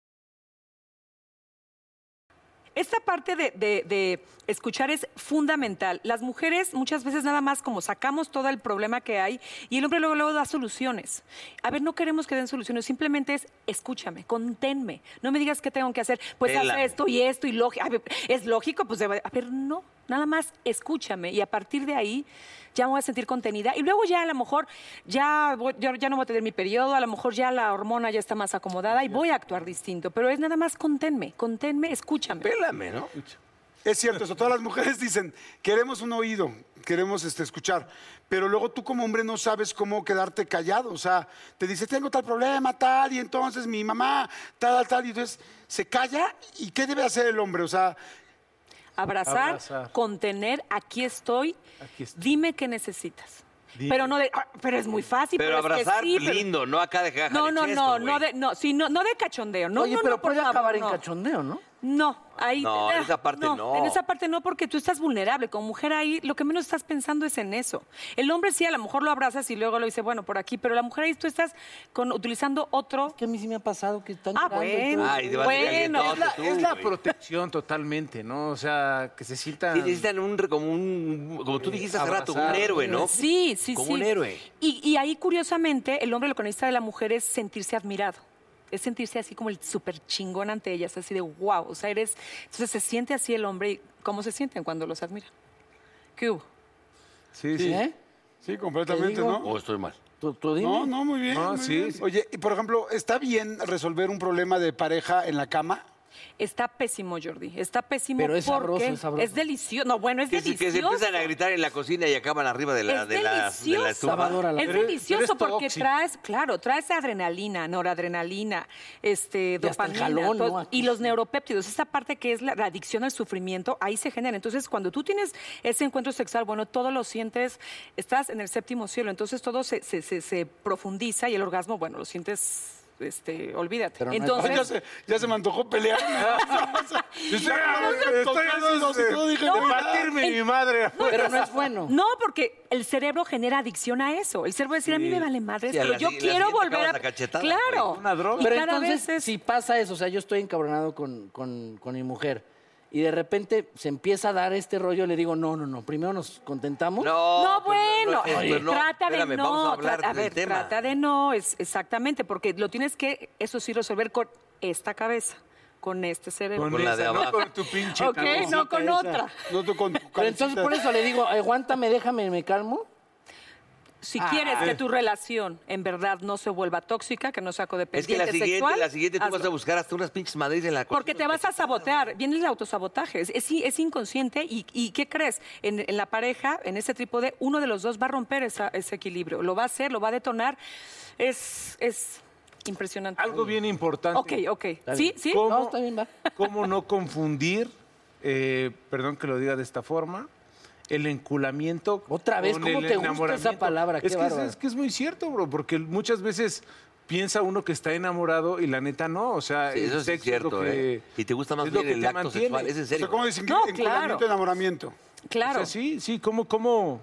[SPEAKER 7] Esta parte de, de- de escuchar es fundamental. Las mujeres muchas veces nada más como sacamos todo el problema que hay y el hombre luego, luego da soluciones. A ver, no queremos que den soluciones, simplemente es escúchame, conténme, no me digas qué tengo que hacer, pues haz
[SPEAKER 3] Tela.
[SPEAKER 7] esto y esto y lógico. Es lógico, pues debe- a ver, no, nada más escúchame y a partir de ahí ya me voy a sentir contenida y luego ya a lo mejor ya, voy- ya, ya no voy a tener mi periodo, a lo mejor ya la hormona ya está más acomodada y voy a actuar distinto, pero es nada más conténme, conténme, escúchame.
[SPEAKER 3] Pélame, ¿no?
[SPEAKER 4] Es cierto, eso todas las mujeres dicen, queremos un oído, queremos este, escuchar, pero luego tú como hombre no sabes cómo quedarte callado, o sea, te dice, tengo tal problema, tal, y entonces mi mamá, tal, tal, tal, y entonces se calla, ¿y qué debe hacer el hombre? O sea,
[SPEAKER 7] abrazar,
[SPEAKER 1] Abrazar.
[SPEAKER 7] contener, aquí estoy,
[SPEAKER 1] Aquí está.
[SPEAKER 7] dime qué necesitas.
[SPEAKER 1] Dime.
[SPEAKER 7] Pero no de, "Ah, pero es muy fácil.
[SPEAKER 3] Pero
[SPEAKER 7] es que
[SPEAKER 3] abrazar
[SPEAKER 7] sí, pero-".
[SPEAKER 3] lindo, no acá de caja
[SPEAKER 7] No,
[SPEAKER 3] de
[SPEAKER 7] no,
[SPEAKER 3] chesco,
[SPEAKER 7] no,
[SPEAKER 3] güey.
[SPEAKER 7] no de, no, sí, no, no de cachondeo, no,
[SPEAKER 5] Oye,
[SPEAKER 7] no,
[SPEAKER 5] pero
[SPEAKER 7] no, por
[SPEAKER 5] puede
[SPEAKER 7] favor,
[SPEAKER 5] acabar en
[SPEAKER 7] no.
[SPEAKER 5] cachondeo, ¿no?
[SPEAKER 7] No, ahí.
[SPEAKER 3] No, en esa parte no.
[SPEAKER 7] En esa parte no, porque tú estás vulnerable. Como mujer ahí, lo que menos estás pensando es en eso. El hombre sí, a lo mejor lo abrazas y luego lo dice, bueno, por aquí, pero la mujer ahí tú estás con, utilizando otro.
[SPEAKER 5] Que a mí sí me ha pasado que están
[SPEAKER 7] Ah,
[SPEAKER 5] llorando y
[SPEAKER 7] bueno.
[SPEAKER 5] todo.
[SPEAKER 3] Ay, te vas a
[SPEAKER 7] Bueno,
[SPEAKER 3] calientote
[SPEAKER 1] Es la,
[SPEAKER 3] tú,
[SPEAKER 1] es la
[SPEAKER 3] güey.
[SPEAKER 1] protección totalmente, ¿no? O sea, que se sientan...
[SPEAKER 3] Sí, necesitan un, re- como un, como tú dijiste hace rato, un
[SPEAKER 1] abrazar.
[SPEAKER 3] héroe, ¿no?
[SPEAKER 7] Sí, sí,
[SPEAKER 3] Como
[SPEAKER 7] sí.
[SPEAKER 3] un héroe.
[SPEAKER 7] Y, y ahí, curiosamente, el hombre lo que necesita de la mujer es sentirse admirado. Es sentirse así como el súper chingón ante ellas, así de wow. O sea, eres. Entonces se siente así el hombre. y ¿Cómo se sienten cuando los admiran? ¿Qué hubo?
[SPEAKER 1] Sí, sí.
[SPEAKER 5] ¿Sí? ¿Eh?
[SPEAKER 4] Sí, completamente,
[SPEAKER 5] Te digo.
[SPEAKER 4] ¿no?
[SPEAKER 3] O estoy mal.
[SPEAKER 5] Tú, tú dime.
[SPEAKER 4] No, no, muy bien. muy
[SPEAKER 1] No, sí,
[SPEAKER 4] bien.
[SPEAKER 1] sí.
[SPEAKER 4] Oye, y por ejemplo, ¿está bien resolver un problema de pareja en la cama?
[SPEAKER 7] Está pésimo, Jordi. Está pésimo
[SPEAKER 5] Pero es sabroso,
[SPEAKER 7] porque
[SPEAKER 5] es sabroso.
[SPEAKER 7] delicioso. No, bueno, es
[SPEAKER 3] Que, se-
[SPEAKER 7] delicioso.
[SPEAKER 3] que se empiezan a gritar en la cocina y acaban arriba de la,
[SPEAKER 7] Es
[SPEAKER 3] de la, de
[SPEAKER 7] delicioso.
[SPEAKER 3] la estufa.
[SPEAKER 5] Lavadora.
[SPEAKER 7] Es
[SPEAKER 1] Pero es-
[SPEAKER 7] delicioso
[SPEAKER 1] pero es
[SPEAKER 7] porque
[SPEAKER 1] tóxico.
[SPEAKER 7] traes, claro, traes adrenalina, noradrenalina, este,
[SPEAKER 5] Y hasta el
[SPEAKER 7] dopamina,
[SPEAKER 5] jalón,
[SPEAKER 7] todo-
[SPEAKER 5] ¿no? Aquí
[SPEAKER 7] y los
[SPEAKER 5] sí.
[SPEAKER 7] neuropéptidos, esa parte que es la, la adicción al sufrimiento, ahí se genera. Entonces, cuando tú tienes ese encuentro sexual, bueno, todo lo sientes, estás en el séptimo cielo, entonces todo se, se- se- se profundiza y el orgasmo, bueno, lo sientes, este, olvídate.
[SPEAKER 5] Pero no es-
[SPEAKER 7] entonces,
[SPEAKER 4] Ay, ya, se, ya se me antojó pelear. estoy
[SPEAKER 1] Estoy a dos de-
[SPEAKER 7] No,
[SPEAKER 1] de partirme
[SPEAKER 7] el-
[SPEAKER 1] mi madre.
[SPEAKER 5] Pero no es bueno.
[SPEAKER 7] No, porque el cerebro genera adicción a eso. El cerebro decir, a mí me vale madres,
[SPEAKER 3] Sí, a
[SPEAKER 7] pero
[SPEAKER 3] la
[SPEAKER 7] yo
[SPEAKER 3] si- la
[SPEAKER 7] quiero
[SPEAKER 3] siguiente
[SPEAKER 7] volver
[SPEAKER 3] acabas
[SPEAKER 7] a...
[SPEAKER 3] a cachetadas,
[SPEAKER 7] claro.
[SPEAKER 3] güey.
[SPEAKER 1] Una droga.
[SPEAKER 7] Y
[SPEAKER 5] Pero
[SPEAKER 7] cada
[SPEAKER 5] entonces,
[SPEAKER 7] vez es-
[SPEAKER 5] si pasa eso, o sea, yo estoy encabronado con, con- con mi mujer y de repente se empieza a dar este rollo, le digo, no, no, no, primero nos contentamos.
[SPEAKER 3] No,
[SPEAKER 7] No,
[SPEAKER 3] pues
[SPEAKER 7] bueno,
[SPEAKER 3] es-
[SPEAKER 7] oye,
[SPEAKER 3] pero no,
[SPEAKER 7] trata
[SPEAKER 3] espérame,
[SPEAKER 7] de no,
[SPEAKER 3] Vamos a hablar
[SPEAKER 7] trata, a
[SPEAKER 3] del
[SPEAKER 7] ver,
[SPEAKER 3] tema.
[SPEAKER 7] trata de no, es exactamente, porque lo tienes que, eso sí, resolver con esta cabeza, con este cerebro.
[SPEAKER 3] Con la de
[SPEAKER 1] no
[SPEAKER 3] abajo.
[SPEAKER 1] con tu pinche
[SPEAKER 7] Ok,
[SPEAKER 1] cabeza.
[SPEAKER 7] no con otra.
[SPEAKER 4] No tú con tu
[SPEAKER 5] Pero
[SPEAKER 4] cabecita.
[SPEAKER 5] entonces por eso le digo, aguántame, déjame, me calmo.
[SPEAKER 7] Si quieres que tu relación en verdad no se vuelva tóxica, que no sea
[SPEAKER 3] Ah. Es que
[SPEAKER 7] codependiente
[SPEAKER 3] la siguiente,
[SPEAKER 7] sexual,
[SPEAKER 3] la siguiente tú vas a
[SPEAKER 7] hazlo.
[SPEAKER 3] buscar hasta unas pinches madres en la cocina.
[SPEAKER 7] Porque te vas a sabotear, viene el autosabotaje, es, es- es inconsciente y, y ¿qué crees? En, en la pareja, en ese trípode, uno de los dos va a romper esa- ese equilibrio, lo va a hacer, lo va a detonar, es, es impresionante.
[SPEAKER 1] Algo bien importante.
[SPEAKER 7] Ok, ok. ¿Sí? ¿Sí?
[SPEAKER 1] ¿Cómo,
[SPEAKER 5] No, está bien, va.
[SPEAKER 1] cómo no confundir, eh, perdón que lo diga de esta forma, el enculamiento.
[SPEAKER 5] Otra vez,
[SPEAKER 1] con
[SPEAKER 5] ¿cómo
[SPEAKER 1] el
[SPEAKER 5] te gusta
[SPEAKER 1] enamoramiento?
[SPEAKER 5] esa palabra? Qué
[SPEAKER 1] Es que es,
[SPEAKER 5] bárbaro.
[SPEAKER 1] es que es muy cierto, bro, porque muchas veces piensa uno que está enamorado y la neta no. O sea,
[SPEAKER 3] Sí,
[SPEAKER 1] el
[SPEAKER 3] eso sí es
[SPEAKER 1] sexo es lo
[SPEAKER 3] cierto,
[SPEAKER 1] que-
[SPEAKER 3] ¿eh? Y te gusta más
[SPEAKER 1] es lo
[SPEAKER 3] bien
[SPEAKER 1] que
[SPEAKER 3] el
[SPEAKER 1] te
[SPEAKER 3] acto
[SPEAKER 1] mantiene.
[SPEAKER 3] sexual, es en
[SPEAKER 4] O sea,
[SPEAKER 3] serio.
[SPEAKER 4] ¿cómo dicen?
[SPEAKER 7] No,
[SPEAKER 4] enculamiento,
[SPEAKER 7] claro.
[SPEAKER 4] enamoramiento.
[SPEAKER 1] O
[SPEAKER 7] Claro.
[SPEAKER 1] sea, sí, sí, ¿cómo, cómo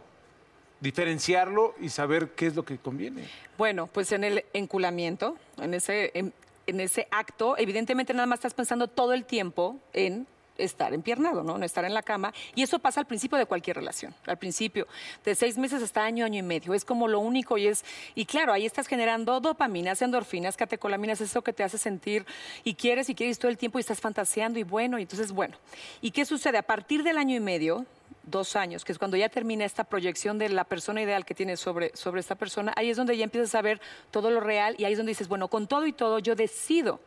[SPEAKER 1] diferenciarlo y saber qué es lo
[SPEAKER 5] <laughs>
[SPEAKER 1] que conviene.
[SPEAKER 7] Bueno, pues en el enculamiento, en ese, en, en ese acto, evidentemente nada más estás pensando todo el tiempo en estar empiernado, ¿no? En estar en la cama. Y eso pasa al principio de cualquier relación. Al principio, de seis meses hasta año, año y medio. Es como lo único y es... Y claro, ahí estás generando dopaminas, endorfinas, catecolaminas, eso que te hace sentir y quieres y quieres todo el tiempo y estás fantaseando y bueno, y entonces bueno. ¿Y qué sucede? A partir del año y medio, dos años, que es cuando ya termina esta proyección de la persona ideal que tienes sobre, sobre esta persona, ahí es donde ya empiezas a ver todo lo real y ahí es donde dices, bueno, con todo y todo yo decido,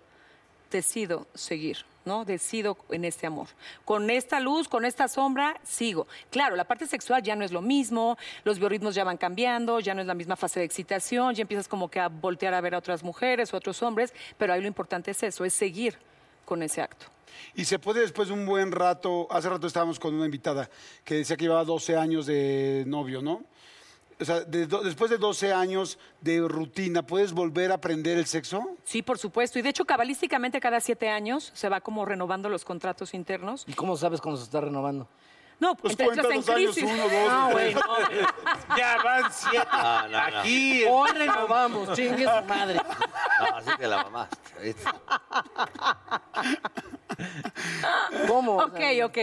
[SPEAKER 7] decido seguir, ¿no? Decido en este amor. Con esta luz, con esta sombra, sigo. Claro, la parte sexual ya no es lo mismo, los biorritmos ya van cambiando, ya no es la misma fase de excitación, ya empiezas como que a voltear a ver a otras mujeres, o otros hombres, pero ahí lo importante es eso, es seguir con ese acto.
[SPEAKER 4] Y se puede después de un buen rato, hace rato estábamos con una invitada que decía que llevaba 12 años de novio, ¿no? O sea, de do- después de 12 años de rutina, ¿puedes volver a aprender el sexo?
[SPEAKER 7] Sí, por supuesto. Y de hecho, cabalísticamente cada siete años se va como renovando los contratos internos.
[SPEAKER 5] ¿Y cómo sabes cuando se está renovando?
[SPEAKER 7] No,
[SPEAKER 4] Pues
[SPEAKER 7] entre-
[SPEAKER 4] cuenta
[SPEAKER 7] estás en
[SPEAKER 4] los años,
[SPEAKER 7] crisis. Ah,
[SPEAKER 4] uno, dos,
[SPEAKER 7] No, güey,
[SPEAKER 4] tres.
[SPEAKER 7] no.
[SPEAKER 1] Ya van siete.
[SPEAKER 3] No, no, no.
[SPEAKER 1] Aquí.
[SPEAKER 5] Hoy ¡Oh, renovamos, chingue su madre.
[SPEAKER 3] No, así te la mamaste. Es-
[SPEAKER 5] ¿Cómo? O
[SPEAKER 7] Ok,
[SPEAKER 5] sea,
[SPEAKER 7] ok.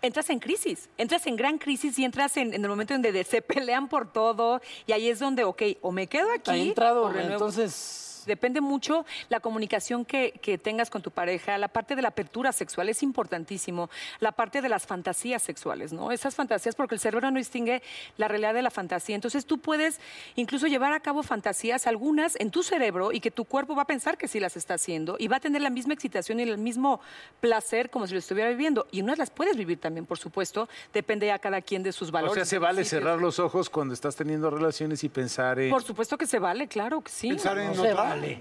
[SPEAKER 7] Entras en crisis, entras en gran crisis y entras en, en el momento en donde se <laughs> pelean por todo y ahí es donde, ok, o me quedo aquí.
[SPEAKER 5] Está entrado,
[SPEAKER 7] o renuevo.
[SPEAKER 5] entonces...
[SPEAKER 7] Depende mucho la comunicación que, que tengas con tu pareja, la parte de la apertura sexual es importantísimo, la parte de las fantasías sexuales, ¿no? Esas fantasías, porque el cerebro no distingue la realidad de la fantasía. Entonces tú puedes incluso llevar a cabo fantasías, algunas en tu cerebro, y que tu cuerpo va a pensar que sí las está haciendo, y va a tener la misma excitación y el mismo placer como si lo estuviera viviendo. Y unas las puedes vivir también, por supuesto, depende a cada quien de sus valores.
[SPEAKER 1] O sea, se
[SPEAKER 7] sus
[SPEAKER 1] vale
[SPEAKER 7] principios.
[SPEAKER 1] cerrar los ojos cuando estás teniendo relaciones y pensar en...
[SPEAKER 7] Por supuesto que se vale, claro que sí.
[SPEAKER 4] Pensar en
[SPEAKER 5] No se
[SPEAKER 4] otra.
[SPEAKER 5] vale.
[SPEAKER 3] eh,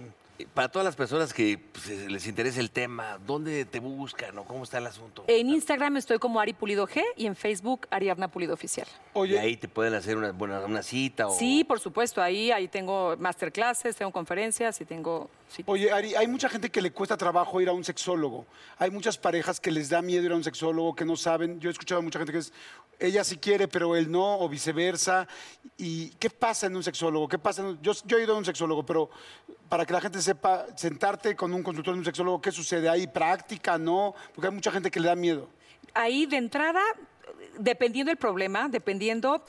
[SPEAKER 3] para todas las personas que pues, eh, les interesa el tema, ¿dónde te buscan o cómo está el asunto?
[SPEAKER 7] En Instagram estoy como Ari Pulido G y en Facebook Ariadna Pulido Oficial.
[SPEAKER 3] Y ahí te pueden hacer una, buena- una cita o...
[SPEAKER 7] Sí, por supuesto, ahí, ahí tengo masterclasses, tengo conferencias y tengo... sí.
[SPEAKER 4] Oye, Ari, hay mucha gente que le cuesta trabajo ir a un sexólogo. Hay muchas parejas que les da miedo ir a un sexólogo, que no saben. Yo he escuchado a mucha gente que es, ella sí quiere, pero él no, o viceversa. ¿Y qué pasa en un sexólogo? ¿Qué pasa? en un- Yo, yo he ido a un sexólogo, pero para que la gente sepa, sentarte con un consultor de un sexólogo, ¿qué sucede? ¿Hay práctica? ¿No? Porque hay mucha gente que le da miedo.
[SPEAKER 7] Ahí de entrada, dependiendo del problema, dependiendo...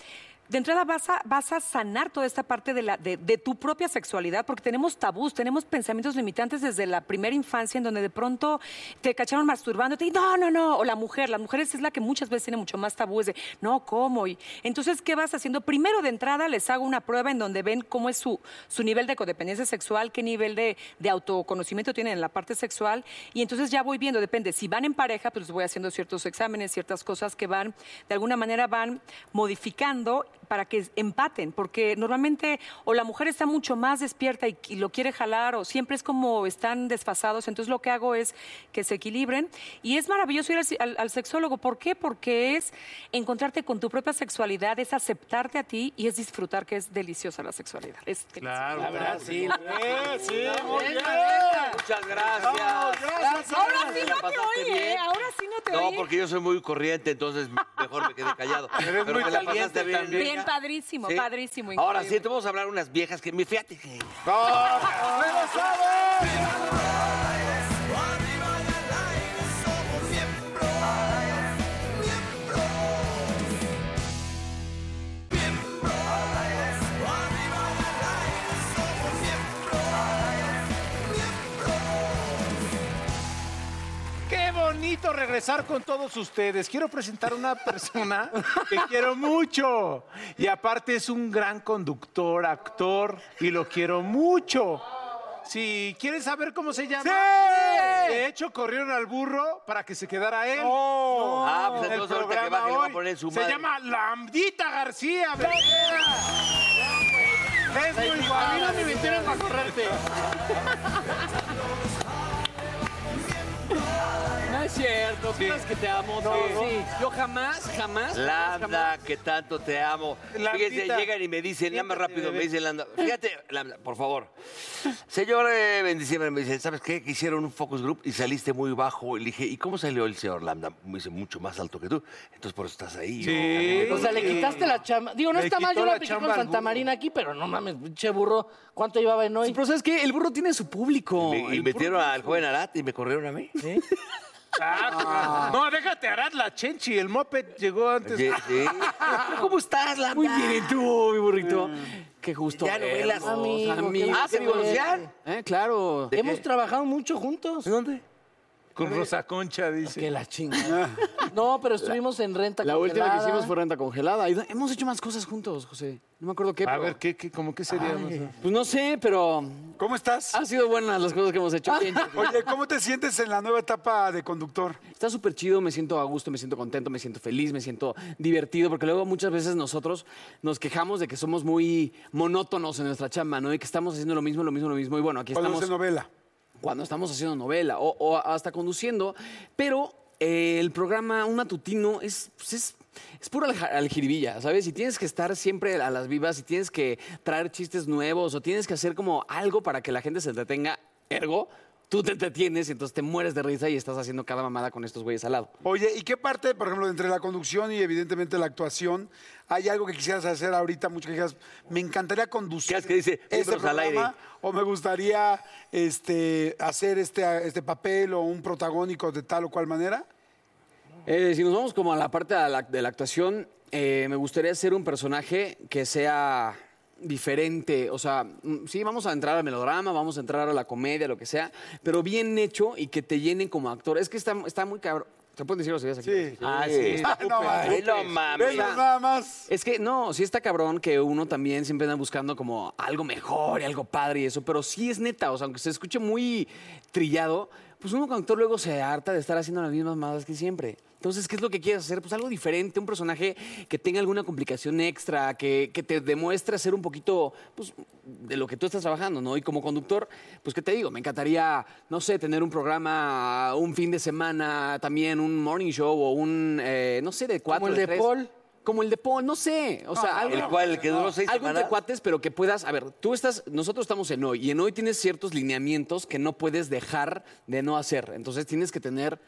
[SPEAKER 7] De entrada vas a, vas a sanar toda esta parte de, la, de, de tu propia sexualidad, porque tenemos tabús, tenemos pensamientos limitantes desde la primera infancia, en donde de pronto te cacharon masturbándote y no, no, no, o la mujer, las mujeres es la que muchas veces tiene mucho más tabúes de no, ¿cómo? Y, entonces, ¿qué vas haciendo? Primero de entrada les hago una prueba en donde ven cómo es su, su nivel de codependencia sexual, qué nivel de, de autoconocimiento tienen en la parte sexual, y entonces ya voy viendo, depende, si van en pareja, pues les voy haciendo ciertos exámenes, ciertas cosas que van, de alguna manera van modificando para que empaten, porque normalmente o la mujer está mucho más despierta y, y lo quiere jalar, o siempre es como están desfasados, entonces lo que hago es que se equilibren. Y es maravilloso ir al, al- al sexólogo, ¿por qué? Porque es encontrarte con tu propia sexualidad, es aceptarte a ti y es disfrutar que es deliciosa la sexualidad. Es
[SPEAKER 6] Claro,
[SPEAKER 5] La verdad, Eh, sí. la verdad.
[SPEAKER 4] sí,
[SPEAKER 5] muy bien.
[SPEAKER 3] Muchas gracias.
[SPEAKER 7] Ahora sí no te
[SPEAKER 3] ¿Pasaste
[SPEAKER 7] oí,
[SPEAKER 3] bien?
[SPEAKER 7] ¿eh? Ahora sí no te
[SPEAKER 3] No,
[SPEAKER 7] oí.
[SPEAKER 3] porque yo soy muy corriente, entonces mejor me quedé callado.
[SPEAKER 6] <laughs> Eres
[SPEAKER 3] Pero
[SPEAKER 6] muy
[SPEAKER 3] te la
[SPEAKER 6] caliente
[SPEAKER 3] pasaste bien.
[SPEAKER 6] también.
[SPEAKER 7] Bien, padrísimo,
[SPEAKER 3] Sí.
[SPEAKER 7] padrísimo.
[SPEAKER 3] Ahora
[SPEAKER 7] increíble.
[SPEAKER 3] sí, te vamos a hablar unas viejas que... mi- Fíjate que...
[SPEAKER 6] Qué bonito regresar con todos ustedes. Quiero presentar una persona que quiero mucho. Y aparte es un gran conductor, actor, y lo quiero mucho. Si quieren saber cómo se llama, de hecho corrieron al burro para que se quedara él.
[SPEAKER 5] Oh.
[SPEAKER 3] Ah, pues
[SPEAKER 6] en el
[SPEAKER 3] entonces ahorita que
[SPEAKER 6] programa
[SPEAKER 3] baje le voy a
[SPEAKER 6] hoy.
[SPEAKER 3] poner su
[SPEAKER 6] se
[SPEAKER 3] madre.
[SPEAKER 6] llama Lambdita García. bebé. Es muy
[SPEAKER 5] A mí no me
[SPEAKER 6] guapa.
[SPEAKER 5] metieron para correrte.
[SPEAKER 8] No es cierto, tú sabes que te amo. No, sí. Yo jamás, jamás.
[SPEAKER 3] Lambda, que tanto te amo.
[SPEAKER 6] Lambdita.
[SPEAKER 3] Fíjense, llegan y me dicen, nada más
[SPEAKER 6] Siéntate,
[SPEAKER 3] rápido, me
[SPEAKER 6] bebé.
[SPEAKER 3] dicen Lambda. Fíjate, Lambda, por favor. Señor eh, Bendiciembre, me dicen, ¿sabes qué? Que hicieron un focus group y saliste muy bajo. Y le dije, ¿y cómo salió el señor Lambda? Me dice, mucho más alto que tú. Entonces por eso estás ahí.
[SPEAKER 6] Sí.
[SPEAKER 3] ¿no?
[SPEAKER 5] O sea, le quitaste la chamba. Digo, no
[SPEAKER 6] Le
[SPEAKER 5] está mal,
[SPEAKER 6] quitó
[SPEAKER 5] yo la
[SPEAKER 6] la
[SPEAKER 5] apliqué con
[SPEAKER 6] chamba al
[SPEAKER 5] Santa
[SPEAKER 6] burro.
[SPEAKER 5] Marina aquí, pero no mames, pinche burro. ¿Cuánto llevaba en hoy?
[SPEAKER 8] Pero ¿sabes qué? El burro tiene su público.
[SPEAKER 3] Me- y
[SPEAKER 8] El
[SPEAKER 3] metieron al joven Arat y me corrieron a mí. Sí,
[SPEAKER 6] Ah, No, déjate Arad la chenchi. El moped llegó antes.
[SPEAKER 3] sí. <laughs> ¿Cómo estás, Lambda?
[SPEAKER 8] burro- Muy bien, ¿y tú, mi burrito. Qué gusto.
[SPEAKER 3] Ya no
[SPEAKER 8] vernos,
[SPEAKER 3] velas.
[SPEAKER 5] Mm. Amigo, qué
[SPEAKER 8] amigo.
[SPEAKER 5] gusto
[SPEAKER 3] Ah, ¿se
[SPEAKER 5] verte.
[SPEAKER 3] divorciaron?
[SPEAKER 8] Eh, claro.
[SPEAKER 3] ¿De
[SPEAKER 5] Hemos
[SPEAKER 3] qué?
[SPEAKER 5] trabajado mucho juntos.
[SPEAKER 8] ¿Dónde?
[SPEAKER 1] Con Rosa Concha, dice.
[SPEAKER 5] Que la
[SPEAKER 8] <laughs>
[SPEAKER 5] chinga. No, pero estuvimos en renta
[SPEAKER 8] Ah. La última que
[SPEAKER 5] congelada.
[SPEAKER 8] hicimos fue renta congelada. Y da- hemos hecho más cosas juntos, José. No me acuerdo qué.
[SPEAKER 1] A
[SPEAKER 8] pero-
[SPEAKER 1] ver, ¿qué, qué, cómo qué sería? más o menos?
[SPEAKER 8] Pues no sé, pero
[SPEAKER 4] ¿Cómo estás?
[SPEAKER 5] Ah,
[SPEAKER 8] han sido buenas las cosas que hemos
[SPEAKER 5] <laughs>
[SPEAKER 8] hecho. Bien, chido.
[SPEAKER 4] Oye, ¿cómo te sientes en la nueva etapa de conductor?
[SPEAKER 8] Está súper chido, me siento a gusto, me siento contento, me siento feliz, me siento divertido, porque luego muchas veces nosotros nos quejamos de que somos muy monótonos en nuestra chamba, ¿no? Y que estamos haciendo lo mismo, lo mismo, lo mismo. Y bueno, aquí
[SPEAKER 4] Cuando
[SPEAKER 8] estamos.
[SPEAKER 4] se novela.
[SPEAKER 8] cuando estamos haciendo novela o, o hasta conduciendo, pero eh, el programa Un Matutino es, pues es, es pura alja- aljiribilla, ¿sabes? Y tienes que estar siempre a las vivas y tienes que traer chistes nuevos o tienes que hacer como algo para que la gente se entretenga, ergo, tú te entretienes y entonces te mueres de risa y estás haciendo cada mamada con estos güeyes al lado.
[SPEAKER 4] Oye, ¿y qué parte, por ejemplo, entre la conducción y evidentemente la actuación, hay algo que quisieras hacer ahorita? Mucho que dijeras, me encantaría conducir.
[SPEAKER 3] ¿Qué es que dice?
[SPEAKER 4] Este
[SPEAKER 3] Miembros al
[SPEAKER 4] programa,
[SPEAKER 3] aire.
[SPEAKER 4] O me gustaría este, hacer este, este papel o un protagónico de tal o cual manera.
[SPEAKER 8] Eh, si nos vamos como a la parte de la, de la actuación, eh, me gustaría hacer un personaje que sea diferente, o sea, mm, sí, vamos a entrar al melodrama, vamos a entrar a la comedia, lo que sea, pero bien hecho y que te llenen como actor. Es que está, está muy cabrón. ¿Te pueden decir groserías aquí?
[SPEAKER 4] Sí.
[SPEAKER 8] Ah, sí.
[SPEAKER 4] Ah, <laughs> no,
[SPEAKER 3] Ay,
[SPEAKER 4] mames.
[SPEAKER 3] no mames.
[SPEAKER 4] Venga, nada más.
[SPEAKER 8] Es que no, sí está cabrón que uno también siempre anda buscando como algo mejor y algo padre y eso, pero sí es neta, o sea, aunque se escuche muy trillado, pues uno como actor luego se harta de estar haciendo las mismas mamadas que siempre. Entonces, ¿qué es lo que quieres hacer? Pues algo diferente, un personaje que tenga alguna complicación extra, que, que te demuestre ser un poquito pues, de lo que tú estás trabajando, ¿no? Y como conductor, pues, ¿qué te digo? Me encantaría, no sé, tener un programa un fin de semana, también un morning show o un, eh, no sé, de cuatro.
[SPEAKER 5] el de
[SPEAKER 8] tres.
[SPEAKER 5] Paul.
[SPEAKER 8] Como el de Paul, no sé. O sea, algo.
[SPEAKER 3] Ah, El cual, el que duró seis
[SPEAKER 8] Algo entre
[SPEAKER 3] semanas.
[SPEAKER 8] cuates, pero que puedas. A ver, tú estás. Nosotros estamos en hoy y en hoy tienes ciertos lineamientos que no puedes dejar de no hacer. Entonces tienes que tener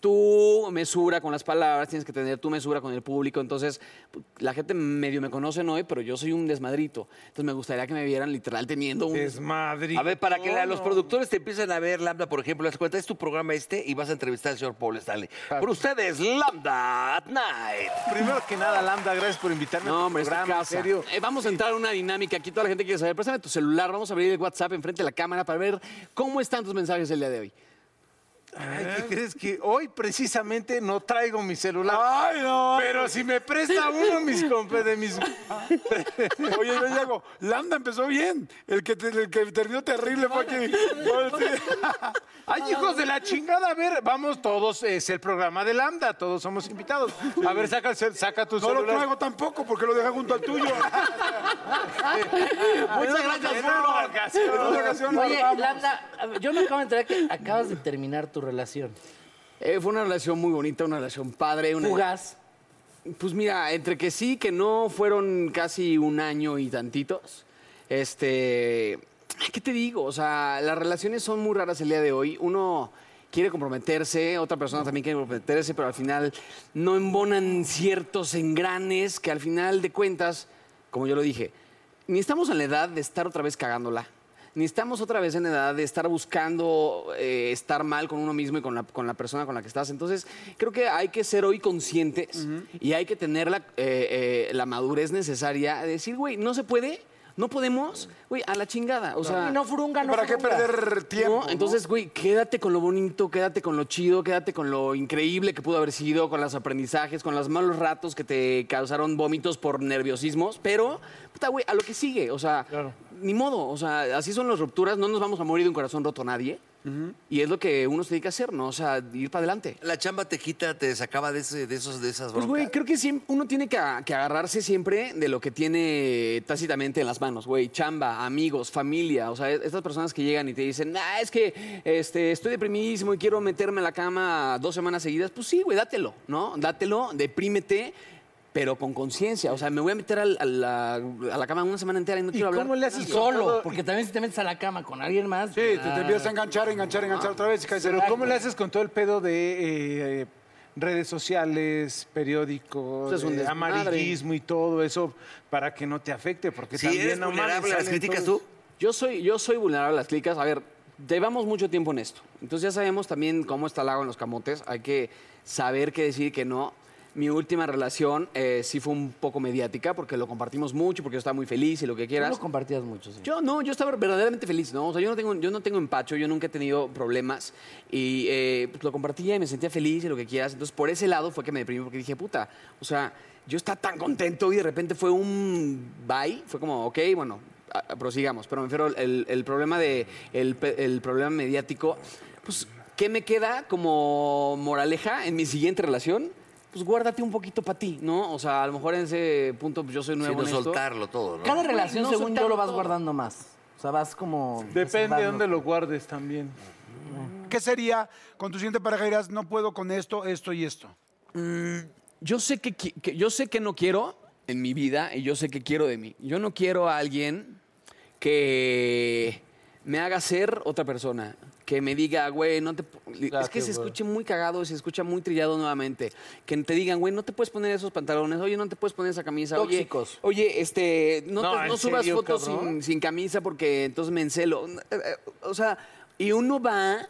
[SPEAKER 8] tu mesura con las palabras, tienes que tener tu mesura con el público. Entonces, pu- la gente medio me conoce en hoy, pero yo soy un desmadrito. Entonces me gustaría que me vieran literal teniendo un.
[SPEAKER 1] Desmadre.
[SPEAKER 3] A ver, para que la- los productores te empiecen a ver, Lambda, por ejemplo, haz cuenta, es tu programa este y vas a entrevistar al señor Paul Stanley. Por ustedes, Lambda at Night.
[SPEAKER 6] Primero que nada, Lambda, gracias por invitarme. a tu
[SPEAKER 8] No, hombre, esta
[SPEAKER 6] programa, en
[SPEAKER 8] casa.
[SPEAKER 6] serio.
[SPEAKER 8] Eh, vamos a entrar en una dinámica. Aquí toda la gente quiere saber. Préstame tu celular. Vamos a abrir el WhatsApp enfrente de la cámara para ver cómo están tus mensajes el día de hoy.
[SPEAKER 6] Ay, ¿qué crees que hoy precisamente no traigo mi celular?
[SPEAKER 4] Ay, no.
[SPEAKER 6] Pero si me presta uno mis compa- de <laughs> mis
[SPEAKER 4] Oye, yo llego. Lambda empezó bien. El que, te- el que terminó terrible
[SPEAKER 6] <laughs>
[SPEAKER 4] fue aquí.
[SPEAKER 6] Ay, hijos de la chingada, a ver, vamos todos, es el programa de Lambda, todos somos invitados. A ver, saca, el cel- saca tu
[SPEAKER 4] No lo
[SPEAKER 6] celular.
[SPEAKER 4] traigo tampoco porque lo dejé junto al tuyo.
[SPEAKER 6] Muchas gracias,
[SPEAKER 4] En otra ocasión lo
[SPEAKER 5] Oye,
[SPEAKER 4] hablamos.
[SPEAKER 5] Lambda, a ver, yo me acabo de enterar que acabas de terminar tu relación.
[SPEAKER 8] Eh, fue una relación muy bonita, una relación padre. Una...
[SPEAKER 5] Fugaz.
[SPEAKER 8] Pues mira, entre que sí, que no, fueron casi un año y tantitos. Este, ay, ¿qué te digo? O sea, las relaciones son muy raras el día de hoy. Uno quiere comprometerse, otra persona también quiere comprometerse, pero al final no embonan ciertos engranes que al final de cuentas, como yo lo dije, ni estamos en la edad de estar otra vez cagándola ni estamos otra vez en la edad de estar buscando eh, estar mal con uno mismo y con la, con la persona con la que estás. Entonces, creo que hay que ser hoy conscientes y hay que tener la, eh, eh, la madurez necesaria de decir, güey, no se puede, no podemos, güey, a la chingada. O sea,
[SPEAKER 5] Y no furunga, no
[SPEAKER 4] ¿Para qué
[SPEAKER 5] furunga.
[SPEAKER 4] perder tiempo?
[SPEAKER 8] no, Entonces, güey, quédate con lo bonito, quédate con lo chido, quédate con lo increíble que pudo haber sido, con los aprendizajes, con los malos ratos que te causaron vómitos por nerviosismos, pero, puta, güey, a lo que sigue, o sea, ni modo, o sea, así son las rupturas, no nos vamos a morir de un corazón roto nadie, y es lo que uno se dedica a hacer, ¿no? O sea, ir para adelante.
[SPEAKER 3] La chamba te quita, te sacaba de, ese- de esos, de esas
[SPEAKER 8] Pues,
[SPEAKER 3] broncas.
[SPEAKER 8] güey, creo que siem- uno tiene que, a- que agarrarse siempre de lo que tiene tácitamente en las manos, güey. Chamba, amigos, familia. O sea, e- estas personas que llegan y te dicen, ah, es que este, estoy deprimidísimo y quiero meterme en la cama dos semanas seguidas. Pues sí, güey, dátelo, ¿no? Dátelo, deprímete, pero con conciencia. O sea, me voy a meter al- a, la, a la cama una semana entera y no
[SPEAKER 6] ¿Y
[SPEAKER 8] quiero hablar.
[SPEAKER 6] cómo le
[SPEAKER 5] Y
[SPEAKER 6] haces
[SPEAKER 5] solo, porque también si te metes a la cama con alguien más.
[SPEAKER 4] Sí, te, te empiezas a enganchar, enganchar, enganchar otra vez. Y caes en
[SPEAKER 1] Pero
[SPEAKER 4] el-
[SPEAKER 1] ¿cómo le haces con todo el pedo de eh, redes sociales, periódicos,
[SPEAKER 8] Eso es un
[SPEAKER 1] eh,
[SPEAKER 8] desmadre.
[SPEAKER 1] amarillismo y todo eso para que no te afecte? Porque
[SPEAKER 3] Si
[SPEAKER 1] también
[SPEAKER 3] eres
[SPEAKER 1] no mames,
[SPEAKER 3] vulnerable a las
[SPEAKER 1] salen
[SPEAKER 3] críticas,
[SPEAKER 1] todos-
[SPEAKER 3] tú.
[SPEAKER 8] Yo soy, yo soy vulnerable a las clicas. A ver, llevamos mucho tiempo en esto. Entonces ya sabemos también cómo está el agua en los camotes. Hay que Eh, saber qué decir y qué no. Mi última relación eh, sí fue un poco mediática porque lo compartimos mucho, porque yo estaba muy feliz y lo que
[SPEAKER 5] Tú
[SPEAKER 8] quieras.
[SPEAKER 5] lo compartías mucho, sí.
[SPEAKER 8] Yo no, yo estaba verdaderamente feliz, ¿no? O sea, yo no tengo, yo no tengo empacho, yo nunca he tenido problemas y eh, pues, lo compartía y me sentía feliz y lo que quieras. Entonces, por ese lado fue que me deprimí porque dije, puta, o sea, yo estaba tan contento y de repente fue un bye, fue como, ok, bueno, a- a- prosigamos. Pero me refiero, el, el problema de, el, pe- el problema mediático, pues, ¿qué me queda como moraleja en mi siguiente relación? Pues guárdate un poquito para ti, ¿no? O sea, a lo mejor en ese punto pues, yo soy nuevo
[SPEAKER 3] Sino
[SPEAKER 8] en esto.
[SPEAKER 3] soltarlo todo, ¿no?
[SPEAKER 5] Cada
[SPEAKER 8] Güey,
[SPEAKER 5] relación,
[SPEAKER 8] no
[SPEAKER 5] según yo, lo
[SPEAKER 8] soltarlo
[SPEAKER 5] vas
[SPEAKER 8] todo.
[SPEAKER 5] guardando más. O sea, vas como...
[SPEAKER 1] Depende de
[SPEAKER 5] reservando.
[SPEAKER 1] dónde lo guardes también.
[SPEAKER 4] ¿Qué sería con tu siguiente pareja? Dirás, no puedo con esto, esto y esto.
[SPEAKER 8] yo sé que, qui- que- yo sé que no quiero en mi vida y yo sé que quiero de mí. Yo no quiero a alguien que me haga ser otra persona, que me diga, güey, no te po- es que se escuche muy cagado, se escucha muy trillado nuevamente, que te digan, güey, no te puedes poner esos pantalones, oye, no te puedes poner esa camisa, oye,
[SPEAKER 5] Tóxicos.
[SPEAKER 8] Oye, este, no,
[SPEAKER 1] No,
[SPEAKER 8] te-
[SPEAKER 1] ¿en
[SPEAKER 8] no subas
[SPEAKER 1] serio,
[SPEAKER 8] fotos
[SPEAKER 1] cabrón?
[SPEAKER 8] sin, sin camisa porque entonces me encelo. Eh, eh, O sea, y uno va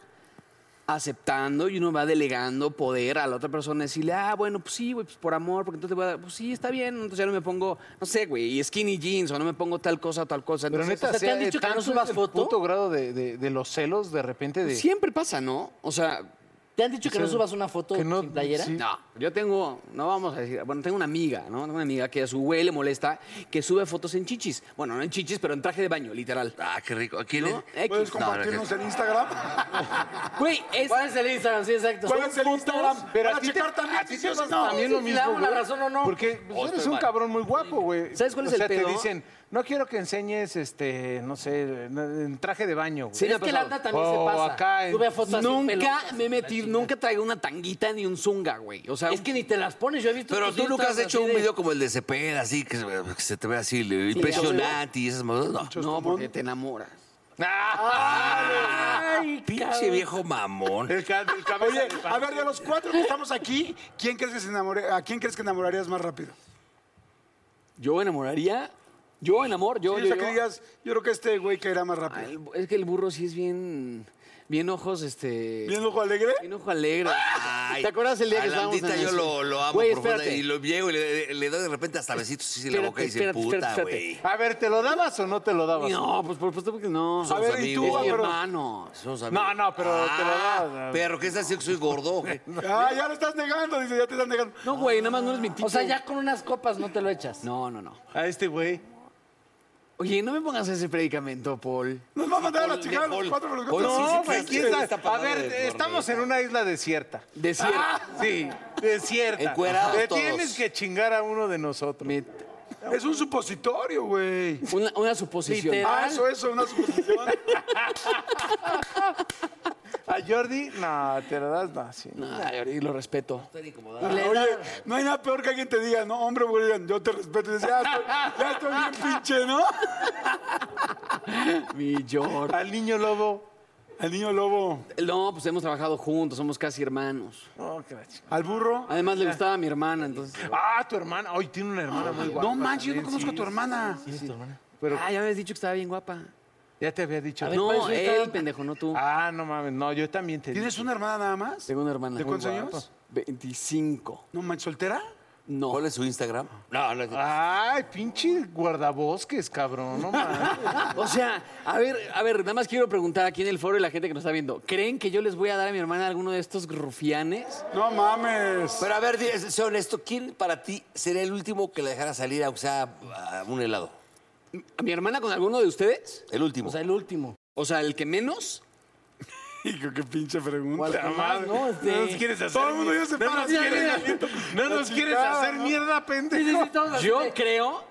[SPEAKER 8] aceptando y uno va delegando poder a la otra persona, decirle, ah, bueno, pues sí, güey, pues por amor, porque entonces te voy a dar, pues sí, está bien, entonces ya no me pongo, no sé, güey, skinny jeans o no me pongo tal cosa, tal cosa.
[SPEAKER 1] Pero
[SPEAKER 8] entonces-
[SPEAKER 1] neta,
[SPEAKER 5] o sea, ¿te
[SPEAKER 1] sí,
[SPEAKER 5] han dicho que no
[SPEAKER 1] tanto es
[SPEAKER 5] subas
[SPEAKER 1] el
[SPEAKER 5] foto?
[SPEAKER 1] puto grado de, de- de los celos de repente de...
[SPEAKER 8] siempre pasa, ¿no? O sea,
[SPEAKER 5] ¿Te han dicho que no subas una foto
[SPEAKER 1] que no-
[SPEAKER 5] sin playera?
[SPEAKER 1] sí.
[SPEAKER 8] No, yo tengo, no vamos a decir, bueno, tengo una amiga, ¿no? Tengo una amiga que a su güey le molesta que sube fotos en chichis. Bueno, no en chichis, pero en traje de baño, literal.
[SPEAKER 3] Ah, qué rico. ¿A quién
[SPEAKER 8] ¿No?
[SPEAKER 3] es?
[SPEAKER 1] Pues,
[SPEAKER 8] X.
[SPEAKER 4] ¿Puedes
[SPEAKER 3] No, no,
[SPEAKER 4] compartirnos
[SPEAKER 3] no,
[SPEAKER 4] en Instagram?
[SPEAKER 8] Güey, es...
[SPEAKER 5] ¿Cuál es el Instagram? Sí, exacto.
[SPEAKER 4] ¿Cuál es el Instagram?
[SPEAKER 1] Pero a
[SPEAKER 4] Para
[SPEAKER 1] ti te-
[SPEAKER 4] checar también.
[SPEAKER 1] a ti
[SPEAKER 4] si
[SPEAKER 1] te
[SPEAKER 4] yo sí
[SPEAKER 1] pasa
[SPEAKER 4] no.
[SPEAKER 1] también lo
[SPEAKER 5] si le damos
[SPEAKER 1] mismo,
[SPEAKER 5] la
[SPEAKER 1] güey.
[SPEAKER 5] razón o no.
[SPEAKER 1] Porque pues,
[SPEAKER 3] Oh,
[SPEAKER 1] eres
[SPEAKER 3] estoy
[SPEAKER 1] un
[SPEAKER 3] mal.
[SPEAKER 1] cabrón muy guapo, güey.
[SPEAKER 8] ¿Sabes cuál es
[SPEAKER 1] o
[SPEAKER 8] el
[SPEAKER 1] sea,
[SPEAKER 8] pedo?
[SPEAKER 1] te dicen, no quiero que enseñes, este, no sé, en traje de baño, güey.
[SPEAKER 8] Sí, me
[SPEAKER 5] es
[SPEAKER 8] ha
[SPEAKER 5] que la
[SPEAKER 8] pasado.
[SPEAKER 5] anda también
[SPEAKER 1] O
[SPEAKER 5] se pasa.
[SPEAKER 1] Oh, acá en-
[SPEAKER 5] Sube
[SPEAKER 1] <laughs>
[SPEAKER 5] fotos así,
[SPEAKER 8] Nunca
[SPEAKER 5] pelotas,
[SPEAKER 8] me he
[SPEAKER 5] la
[SPEAKER 8] metido,
[SPEAKER 5] chingada.
[SPEAKER 8] nunca traigo una tanguita ni un zunga, güey. O sea,
[SPEAKER 5] Es que ni te las pones, yo he visto.
[SPEAKER 3] Pero
[SPEAKER 5] tus
[SPEAKER 3] tú nunca has
[SPEAKER 5] Instagrams
[SPEAKER 3] hecho
[SPEAKER 5] así
[SPEAKER 3] un
[SPEAKER 5] de-
[SPEAKER 3] video como el de Cepeda, así, que se, que se te ve así, le- impresionante y esas cosas. No.
[SPEAKER 8] no, porque te enamoras.
[SPEAKER 3] Ay, Ah, pinche viejo mamón.
[SPEAKER 1] Ah, El, ca- el cabeza
[SPEAKER 4] Oye,
[SPEAKER 1] de pan.
[SPEAKER 4] a ver, de los cuatro que estamos aquí, ¿quién crees que se enamore- ¿a quién crees que enamorarías más rápido?
[SPEAKER 8] Yo enamoraría, yo enamor, yo...
[SPEAKER 4] Sí, o
[SPEAKER 8] yo,
[SPEAKER 4] sea,
[SPEAKER 8] yo.
[SPEAKER 4] que digas, yo creo que este güey caerá más
[SPEAKER 8] Ah,
[SPEAKER 4] rápido.
[SPEAKER 8] el- es que el burro sí es bien, bien ojos, este...
[SPEAKER 4] ¿Bien ojo alegre?
[SPEAKER 8] bien ojo alegre.
[SPEAKER 3] Ay,
[SPEAKER 5] ¿Te acuerdas el día que
[SPEAKER 3] Alandita,
[SPEAKER 5] estábamos en
[SPEAKER 3] yo
[SPEAKER 5] el-
[SPEAKER 3] lo, lo amo
[SPEAKER 5] Güey,
[SPEAKER 3] profunda-
[SPEAKER 5] espérate.
[SPEAKER 3] y lo llego y le, le doy de repente hasta besitos así en la
[SPEAKER 8] Espérate,
[SPEAKER 3] boca y dice,
[SPEAKER 8] espérate,
[SPEAKER 3] puta,
[SPEAKER 8] espérate,
[SPEAKER 3] güey.
[SPEAKER 8] espérate.
[SPEAKER 1] A ver, ¿te lo dabas o no te lo dabas?
[SPEAKER 8] No, pues por supuesto que no.
[SPEAKER 4] A ver, ¿y tú,
[SPEAKER 8] Es mi
[SPEAKER 4] Álvaro?
[SPEAKER 8] hermano.
[SPEAKER 3] Somos
[SPEAKER 1] No, no, pero te lo
[SPEAKER 3] Ah,
[SPEAKER 1] dabas.
[SPEAKER 3] Pero ¿qué estás diciendo que soy gordo? o qué?
[SPEAKER 4] Ah, ya lo estás negando, dice, ya te estás negando.
[SPEAKER 8] No, güey, nada más no eres mi tipo.
[SPEAKER 5] O sea, ya con unas copas no te lo echas.
[SPEAKER 8] No, no, no.
[SPEAKER 1] A este güey.
[SPEAKER 8] Oye, no me pongas ese predicamento, Paul.
[SPEAKER 4] Nos va a mandar a la
[SPEAKER 3] Paul,
[SPEAKER 4] chingada
[SPEAKER 3] de
[SPEAKER 4] los
[SPEAKER 3] Paul.
[SPEAKER 4] cuatro pero los
[SPEAKER 3] Paul,
[SPEAKER 4] cuatro-
[SPEAKER 3] sí, sí,
[SPEAKER 1] No,
[SPEAKER 3] sí,
[SPEAKER 1] güey,
[SPEAKER 3] sí,
[SPEAKER 1] quién
[SPEAKER 3] sí,
[SPEAKER 1] sabe.
[SPEAKER 3] está
[SPEAKER 1] A
[SPEAKER 3] pasado
[SPEAKER 1] ver,
[SPEAKER 3] de gordo.
[SPEAKER 1] estamos en una isla desierta. Ah,
[SPEAKER 8] Decir.
[SPEAKER 1] Sí, desierta.
[SPEAKER 3] Encuerados
[SPEAKER 1] Te
[SPEAKER 3] todos.
[SPEAKER 1] tienes que chingar a uno de nosotros.
[SPEAKER 4] Es un supositorio, güey.
[SPEAKER 8] Una, una suposición.
[SPEAKER 5] Literal.
[SPEAKER 4] Ah, eso, eso, una suposición.
[SPEAKER 1] <laughs> A Jordi, no, te lo das, no, sí.
[SPEAKER 8] Ah, y lo respeto.
[SPEAKER 4] Oye, no hay nada peor que alguien te diga, no, hombre, güey, digan, yo te respeto. Y dices, ya estoy, ya estoy bien pinche, ¿no?
[SPEAKER 8] Mi George.
[SPEAKER 1] Al niño lobo.
[SPEAKER 4] Al niño lobo,
[SPEAKER 8] No, pues hemos trabajado juntos, somos casi hermanos.
[SPEAKER 1] No, qué la chingada.
[SPEAKER 4] al burro.
[SPEAKER 8] Además, le gustaba a mi hermana, entonces.
[SPEAKER 1] Ah, tu hermana. Hoy tiene una hermana muy guapa.
[SPEAKER 4] No manches, yo no conozco a tu hermana.
[SPEAKER 1] Pero
[SPEAKER 8] Ah, ya me habías dicho que estaba bien guapa.
[SPEAKER 1] ya te había dicho.
[SPEAKER 5] ¿cuál es
[SPEAKER 8] No,
[SPEAKER 5] su
[SPEAKER 8] él,
[SPEAKER 5] Instagram?
[SPEAKER 8] pues, pendejo, no tú.
[SPEAKER 1] Ah, no mames. No, yo también te
[SPEAKER 4] ¿Tienes una hermana nada más?
[SPEAKER 8] Tengo una hermana.
[SPEAKER 4] ¿De
[SPEAKER 8] muy
[SPEAKER 4] cuántos
[SPEAKER 8] guapa.
[SPEAKER 4] años?
[SPEAKER 8] 25.
[SPEAKER 4] ¿No manches, soltera?
[SPEAKER 8] <laughs> No.
[SPEAKER 3] ¿Cuál es su Instagram? No, no.
[SPEAKER 1] Ay, pinche guardabosques, cabrón. No mames.
[SPEAKER 8] <laughs> O sea, a ver, a ver, nada más quiero preguntar aquí en el foro y la gente que nos está viendo. ¿Creen que yo les voy a dar a mi hermana alguno de estos rufianes?
[SPEAKER 4] No mames.
[SPEAKER 3] Pero a ver, di- sé honesto, ¿quién para ti sería el último que la dejara salir aunque sea a un helado?
[SPEAKER 8] ¿A mi hermana con alguno de ustedes?
[SPEAKER 3] El último.
[SPEAKER 5] O sea, el último.
[SPEAKER 8] O sea, el que menos.
[SPEAKER 4] <laughs> Hijo, qué pinche
[SPEAKER 5] ¿Cuál
[SPEAKER 4] pregunta.
[SPEAKER 5] que más,
[SPEAKER 4] madre.
[SPEAKER 5] no? Este-
[SPEAKER 1] quieres hacer
[SPEAKER 4] Todo el mundo ya se para.
[SPEAKER 1] nos quieres- no nos quieres hacer mierda, pendejo.
[SPEAKER 8] Yo creo.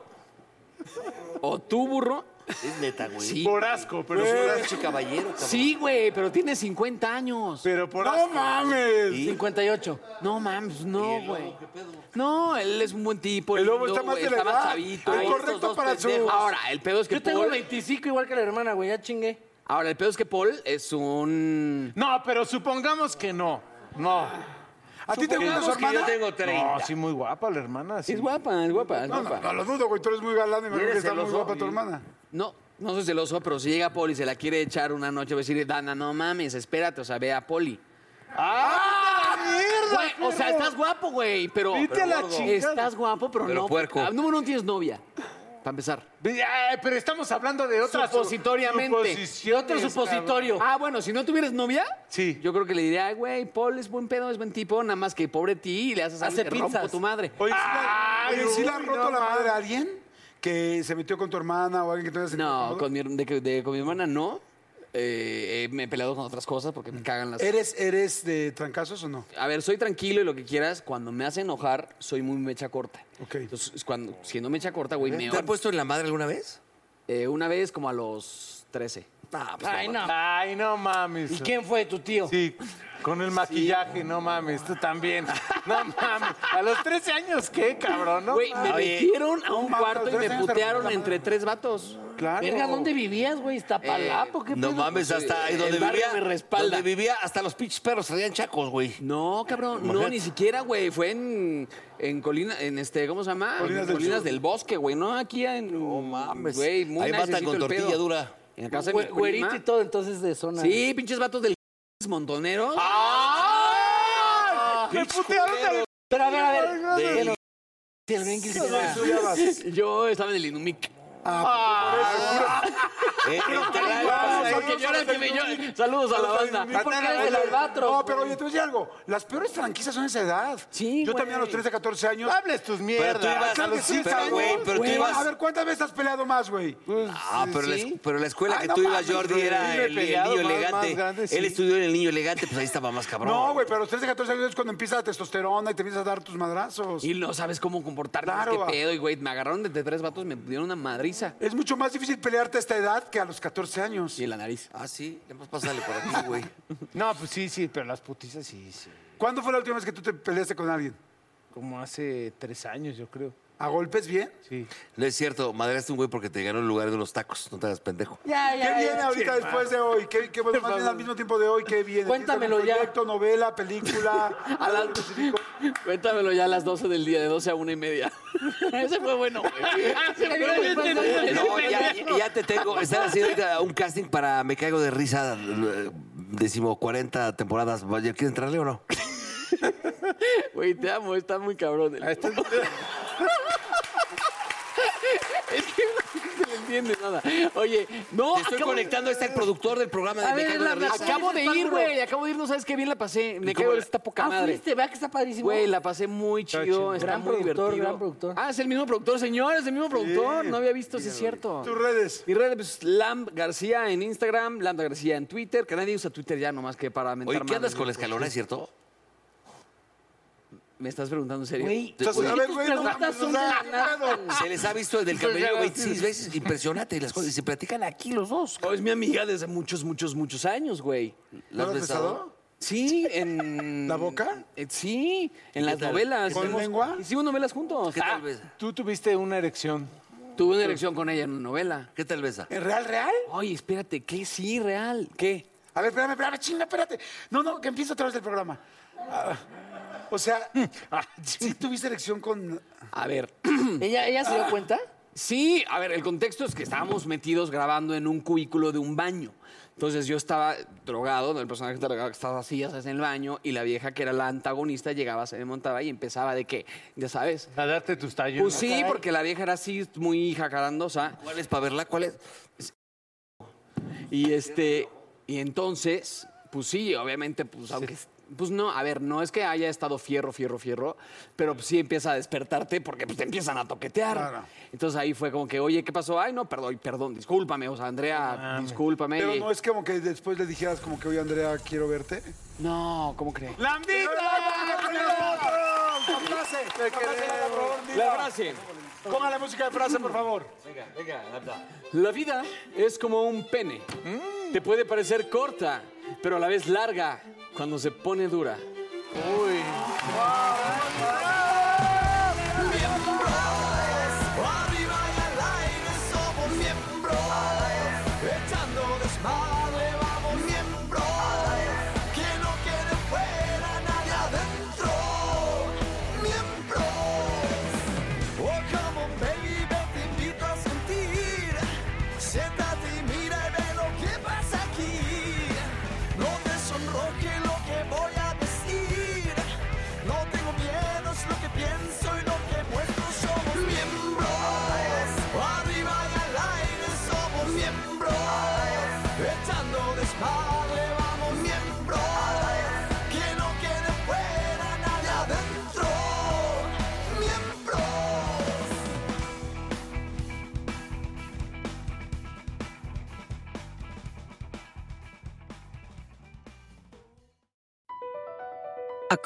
[SPEAKER 8] O tú, burro.
[SPEAKER 3] es neta, güey.
[SPEAKER 8] Sí.
[SPEAKER 1] Por asco, pero
[SPEAKER 3] Es
[SPEAKER 1] por
[SPEAKER 3] un
[SPEAKER 1] asco.
[SPEAKER 3] pinche caballero, cabrón.
[SPEAKER 8] Sí, güey, pero tiene 50 años.
[SPEAKER 1] Pero por
[SPEAKER 4] No
[SPEAKER 1] asco.
[SPEAKER 4] mames.
[SPEAKER 5] 58.
[SPEAKER 8] No mames, no, güey. No, él es un buen tipo.
[SPEAKER 4] El lobo
[SPEAKER 8] lindo,
[SPEAKER 4] está más
[SPEAKER 8] güey,
[SPEAKER 4] de la
[SPEAKER 8] está más
[SPEAKER 4] edad.
[SPEAKER 8] chavito.
[SPEAKER 4] Es
[SPEAKER 8] Ay,
[SPEAKER 4] correcto
[SPEAKER 8] estos dos
[SPEAKER 4] para su-
[SPEAKER 8] pendejos. Ahora, el pedo es que
[SPEAKER 5] Yo tengo
[SPEAKER 8] Paul-
[SPEAKER 5] 25 igual que la hermana, güey, ya chingué.
[SPEAKER 8] Ahora, el pedo es que Paul es un.
[SPEAKER 1] No, pero supongamos que no. No.
[SPEAKER 4] ¿A ti te gusta su hermana?
[SPEAKER 3] tengo
[SPEAKER 1] No, sí, muy guapa la hermana. sí.
[SPEAKER 8] Es guapa, es guapa, es
[SPEAKER 4] No,
[SPEAKER 8] guapa.
[SPEAKER 4] no, no lo dudo, güey. Tú eres muy galán y me parece que está muy guapa tu hermana.
[SPEAKER 8] No, no soy celoso, pero si llega Poli y se la quiere echar una noche, va a decir, Dana, no mames, espérate, o sea, ve a Poli.
[SPEAKER 1] ¡Ah! ¡Mierda!
[SPEAKER 8] Güey, o sea,
[SPEAKER 1] perro!
[SPEAKER 8] estás guapo, güey, pero...
[SPEAKER 1] Vete
[SPEAKER 8] pero
[SPEAKER 1] a la
[SPEAKER 8] gordo.
[SPEAKER 1] chingada.
[SPEAKER 8] Estás guapo, pero,
[SPEAKER 3] Pero
[SPEAKER 8] no...
[SPEAKER 3] puerco.
[SPEAKER 8] Ah, Número uno, tienes novia, para empezar.
[SPEAKER 1] Ay, pero estamos hablando de otra
[SPEAKER 8] Supositoriamente.
[SPEAKER 5] Y otro supositorio.
[SPEAKER 8] Ah, bueno, si no tuvieras novia,
[SPEAKER 1] Sí.
[SPEAKER 8] yo creo que le diría, "Ay, güey, Paul es buen pedo, es buen tipo, nada más que pobre ti y le haces algo
[SPEAKER 5] Hace
[SPEAKER 8] que rompo
[SPEAKER 5] pizzas.
[SPEAKER 8] tu madre.
[SPEAKER 4] Oye, ¿sí la-
[SPEAKER 1] Ay,
[SPEAKER 4] oye, ¿sí le han
[SPEAKER 1] uy,
[SPEAKER 4] roto
[SPEAKER 1] no
[SPEAKER 4] la
[SPEAKER 1] mames.
[SPEAKER 4] madre a alguien? ¿Que se metió con tu hermana o alguien que te haya sentido
[SPEAKER 8] No,
[SPEAKER 4] incómodo?
[SPEAKER 8] con mi, de que- de- con mi hermana no. Eh, eh, me he peleado con otras cosas porque me cagan las...
[SPEAKER 4] ¿Eres, ¿Eres de trancazos o no?
[SPEAKER 8] A ver, soy tranquilo y lo que quieras. Cuando me hace enojar, soy muy mecha corta.
[SPEAKER 4] Ok.
[SPEAKER 8] Entonces, es cuando, siendo mecha corta, güey, me...
[SPEAKER 3] ¿Te han puesto en la madre alguna vez?
[SPEAKER 8] Eh, una vez como a los 13.
[SPEAKER 3] Ah, pues
[SPEAKER 5] Ay, no.
[SPEAKER 1] Ay, no mames.
[SPEAKER 5] ¿Y quién fue tu tío?
[SPEAKER 1] Sí, con el maquillaje, no mames, tú también. No mames. A los 13 años, ¿qué, cabrón? No
[SPEAKER 8] Güey, me
[SPEAKER 1] mames.
[SPEAKER 8] metieron a
[SPEAKER 4] no
[SPEAKER 8] un
[SPEAKER 4] mames,
[SPEAKER 8] cuarto y
[SPEAKER 4] tres
[SPEAKER 8] me
[SPEAKER 4] años te
[SPEAKER 8] putearon
[SPEAKER 4] rompió la
[SPEAKER 8] entre tres vatos.
[SPEAKER 4] Claro.
[SPEAKER 5] Verga, ¿dónde vivías, güey? Iztapalapa, ¿qué
[SPEAKER 3] Eh, No
[SPEAKER 5] pedo?
[SPEAKER 3] mames, hasta ahí
[SPEAKER 8] el
[SPEAKER 3] donde
[SPEAKER 8] barrio
[SPEAKER 3] vivía.
[SPEAKER 8] me respalda.
[SPEAKER 3] Donde vivía, hasta los pinches perros traían chacos, güey.
[SPEAKER 8] No, cabrón, no, ni siquiera, güey. Fue en, en Colina, en este, ¿cómo se llama?
[SPEAKER 4] Colinas
[SPEAKER 8] En
[SPEAKER 4] del
[SPEAKER 8] Colinas
[SPEAKER 4] Sur.
[SPEAKER 8] del Bosque, güey. No, aquí en. No mames. Güey, muy
[SPEAKER 3] Ahí matan
[SPEAKER 8] nicecito
[SPEAKER 3] con
[SPEAKER 8] el
[SPEAKER 3] tortilla
[SPEAKER 8] pedo.
[SPEAKER 3] dura.
[SPEAKER 8] En la casa de mi
[SPEAKER 5] Güe- Güerito y
[SPEAKER 8] prima.
[SPEAKER 5] todo, entonces de zona. Ah,
[SPEAKER 8] Sí, pinches vatos del <laughs> montonero.
[SPEAKER 1] ¡Ay! Me putearon del-
[SPEAKER 5] Pero a ver, a ver.
[SPEAKER 3] Del-
[SPEAKER 5] Bueno, si el Benguis era-
[SPEAKER 8] Yo estaba en el Inumic.
[SPEAKER 4] Ah,
[SPEAKER 8] Eh,
[SPEAKER 4] Pero
[SPEAKER 8] te
[SPEAKER 4] tal
[SPEAKER 8] la-
[SPEAKER 3] ah,
[SPEAKER 4] cual,
[SPEAKER 8] porque
[SPEAKER 4] saludos
[SPEAKER 8] yo
[SPEAKER 4] a
[SPEAKER 8] era el
[SPEAKER 4] los
[SPEAKER 8] que me-
[SPEAKER 4] del
[SPEAKER 8] yo-
[SPEAKER 4] Club.
[SPEAKER 8] saludos a la
[SPEAKER 4] los del
[SPEAKER 8] banda.
[SPEAKER 4] Club.
[SPEAKER 8] ¿Por qué eres el albatros,
[SPEAKER 4] No, pero oye, te voy a decir algo. Las peores franquicias son esa edad. Sí, Yo también a los 13, 14 años.
[SPEAKER 6] Hables tus mierdas.
[SPEAKER 3] tú ibas
[SPEAKER 4] Claro
[SPEAKER 3] a
[SPEAKER 4] que
[SPEAKER 3] los-
[SPEAKER 4] sí,
[SPEAKER 3] pero,
[SPEAKER 4] cabrón.
[SPEAKER 3] güey, pero tú
[SPEAKER 4] Güey,
[SPEAKER 3] ibas-
[SPEAKER 4] A ver, ¿cuántas veces has peleado más, güey?
[SPEAKER 3] Ah, pero, la, es- pero la escuela
[SPEAKER 4] Ay,
[SPEAKER 3] que
[SPEAKER 4] no
[SPEAKER 3] tú ibas,
[SPEAKER 4] mames,
[SPEAKER 3] Jordi,
[SPEAKER 4] güey,
[SPEAKER 3] era
[SPEAKER 1] dime
[SPEAKER 3] el, el
[SPEAKER 1] peleado,
[SPEAKER 3] niño
[SPEAKER 1] más-
[SPEAKER 3] elegante.
[SPEAKER 1] más grande, sí.
[SPEAKER 3] Él estudió en el niño elegante, pues ahí estaba más cabrón.
[SPEAKER 4] No, güey, pero a los 13, 14 años es cuando empieza la testosterona y te empiezas a dar tus madrazos.
[SPEAKER 8] Y no sabes cómo comportarte.
[SPEAKER 4] Claro,
[SPEAKER 8] ¿Qué
[SPEAKER 4] va.
[SPEAKER 8] pedo? Y, güey, me agarraron de tres vatos, me dieron una madriza.
[SPEAKER 4] Es mucho más difícil pelearte a esta edad que a los 14 años.
[SPEAKER 8] Y en la <laughs> nariz.
[SPEAKER 3] Ah, sí, además pásale por aquí, güey.
[SPEAKER 1] No, pues sí, sí, pero las putizas sí, sí.
[SPEAKER 4] ¿Cuándo fue la última vez que tú te peleaste con alguien?
[SPEAKER 1] Como hace tres años, yo creo.
[SPEAKER 4] ¿A golpes bien?
[SPEAKER 1] Sí.
[SPEAKER 3] No es cierto, madreaste un güey porque te ganó el lugar de unos tacos, no te hagas pendejo.
[SPEAKER 5] Ya,
[SPEAKER 4] ¿Qué viene ahorita después de hoy? ¿Qué, qué, bueno, más bien al mismo tiempo de hoy, ¿qué viene?
[SPEAKER 5] Cuéntamelo
[SPEAKER 4] ¿Tienes
[SPEAKER 5] ya.
[SPEAKER 4] algún Proyecto, novela, película.
[SPEAKER 5] <laughs>
[SPEAKER 8] A las- Cuéntamelo ya a las 12 del día, de 12 a una y media. <laughs> Ese fue bueno, güey. Ese fue bueno.
[SPEAKER 3] No, ya, ya- ya te tengo. Están haciendo ahorita un casting para Me Caigo de Risa, eh, décimo 40 temporadas. Vaya, ¿Quieres entrarle o no?
[SPEAKER 8] Güey, te amo, Ah, está muy cabrón. El... es que no <laughs> se le entiende nada. Oye, no,
[SPEAKER 3] Te estoy
[SPEAKER 8] acabo de-
[SPEAKER 3] conectando, está el productor del programa de
[SPEAKER 5] A
[SPEAKER 3] Me
[SPEAKER 5] ver,
[SPEAKER 3] Caigo de
[SPEAKER 5] la-
[SPEAKER 3] Risa.
[SPEAKER 8] Acabo de ir, güey. Acabo de ir, no sabes qué bien la pasé. Me
[SPEAKER 3] cómo
[SPEAKER 8] quedo
[SPEAKER 3] la-
[SPEAKER 8] esta poca
[SPEAKER 5] Ah,
[SPEAKER 8] madre.
[SPEAKER 5] fuiste, vea que está padrísimo.
[SPEAKER 8] Güey, la pasé muy chido, está
[SPEAKER 5] Gran
[SPEAKER 8] muy
[SPEAKER 5] productor,
[SPEAKER 8] divertido.
[SPEAKER 5] gran productor.
[SPEAKER 8] Ah, es el mismo productor, señor, es el mismo productor. No había visto, sí es cierto.
[SPEAKER 4] Tus redes.
[SPEAKER 8] Mi red es Lam García en Instagram, Lam García en Twitter, que nadie usa Twitter ya nomás que para mentar
[SPEAKER 3] Oye, ¿qué andas
[SPEAKER 8] madres.
[SPEAKER 3] con la escalona, es cierto?
[SPEAKER 8] ¿Me estás preguntando en serio?
[SPEAKER 5] Güey, pues,
[SPEAKER 4] O sea, a ver, güey, no
[SPEAKER 5] preguntas
[SPEAKER 4] mames, o
[SPEAKER 5] son
[SPEAKER 4] sea,
[SPEAKER 5] de
[SPEAKER 4] ¿qué
[SPEAKER 5] la
[SPEAKER 4] pedo?
[SPEAKER 3] Se les ha
[SPEAKER 5] <laughs>
[SPEAKER 3] visto desde el camerino 26 veces. Impresionante. Y las cosas, y se platican aquí los dos.
[SPEAKER 8] Oh, es mi amiga desde muchos, muchos, muchos años, güey.
[SPEAKER 3] ¿Lo has besado?
[SPEAKER 8] Sí, en...
[SPEAKER 4] ¿La boca?
[SPEAKER 8] Eh, sí, en las
[SPEAKER 3] tal?
[SPEAKER 8] novelas.
[SPEAKER 4] ¿Con
[SPEAKER 8] Hicimos-
[SPEAKER 4] lengua?
[SPEAKER 8] Hicimos novelas juntos.
[SPEAKER 3] ¿Qué tal
[SPEAKER 8] Ah,
[SPEAKER 3] besa?
[SPEAKER 1] Tú tuviste una erección.
[SPEAKER 8] tuve una erección con ella en una novela.
[SPEAKER 3] ¿Qué tal besa?
[SPEAKER 4] ¿En real, real?
[SPEAKER 8] Oye, espérate, ¿qué? Sí, real. ¿Qué?
[SPEAKER 4] A ver, espérame, espérame, chinga, espérate. No, no, que empiece otra vez el programa. Ah, o sea, sí tuviste elección con...
[SPEAKER 8] A ver,
[SPEAKER 5] ¿Ella, ¿Ella se dio cuenta?
[SPEAKER 8] Sí, a ver, el contexto es que estábamos metidos grabando en un cubículo de un baño. Entonces yo estaba drogado, el personaje drogado que estaba así, ya sabes, en el baño, y la vieja que era la antagonista llegaba, se me montaba y empezaba de que, ya sabes.
[SPEAKER 6] A darte tus tallos.
[SPEAKER 8] Pues sí, porque la vieja era así, muy jacarandosa.
[SPEAKER 3] ¿Cuál es para verla? ¿Cuál es?
[SPEAKER 8] Y este, y entonces, pues sí, obviamente, pues aunque. Pues no, a ver, no es que haya estado fierro, fierro, fierro, pero pues sí empieza a despertarte porque pues, te empiezan a toquetear.
[SPEAKER 4] Claro.
[SPEAKER 8] Entonces ahí fue como que, oye, ¿qué pasó? Ay, no, perdón, perdón, discúlpame, o sea, Andrea, discúlpame.
[SPEAKER 4] Pero no es como que después le dijeras como que, oye, Andrea, quiero verte.
[SPEAKER 8] No, ¿cómo crees?
[SPEAKER 4] ¡Lambita! ¡La frase! ¡Te queremos!
[SPEAKER 8] La frase.
[SPEAKER 4] Ponga la música de frase, por favor.
[SPEAKER 8] La vida es como un pene. Te puede parecer corta, pero a la vez larga cuando se pone dura.
[SPEAKER 9] Arriba y al aire somos miembros, echando desmadre vamos miembros. Quien no quede fuera, nadie adentro, miembros. Oh, come on, baby, te invito a sentir. Siéntate y mira y ve lo que pasa aquí. No te sonroje lo que voy a decir. No tengo miedo, es lo que pienso y lo que muestro. Somos miembros. Arriba y al aire somos miembros. Echando desmadre, vamos miembros. Quien no quede fuera, nadie adentro. Miembros.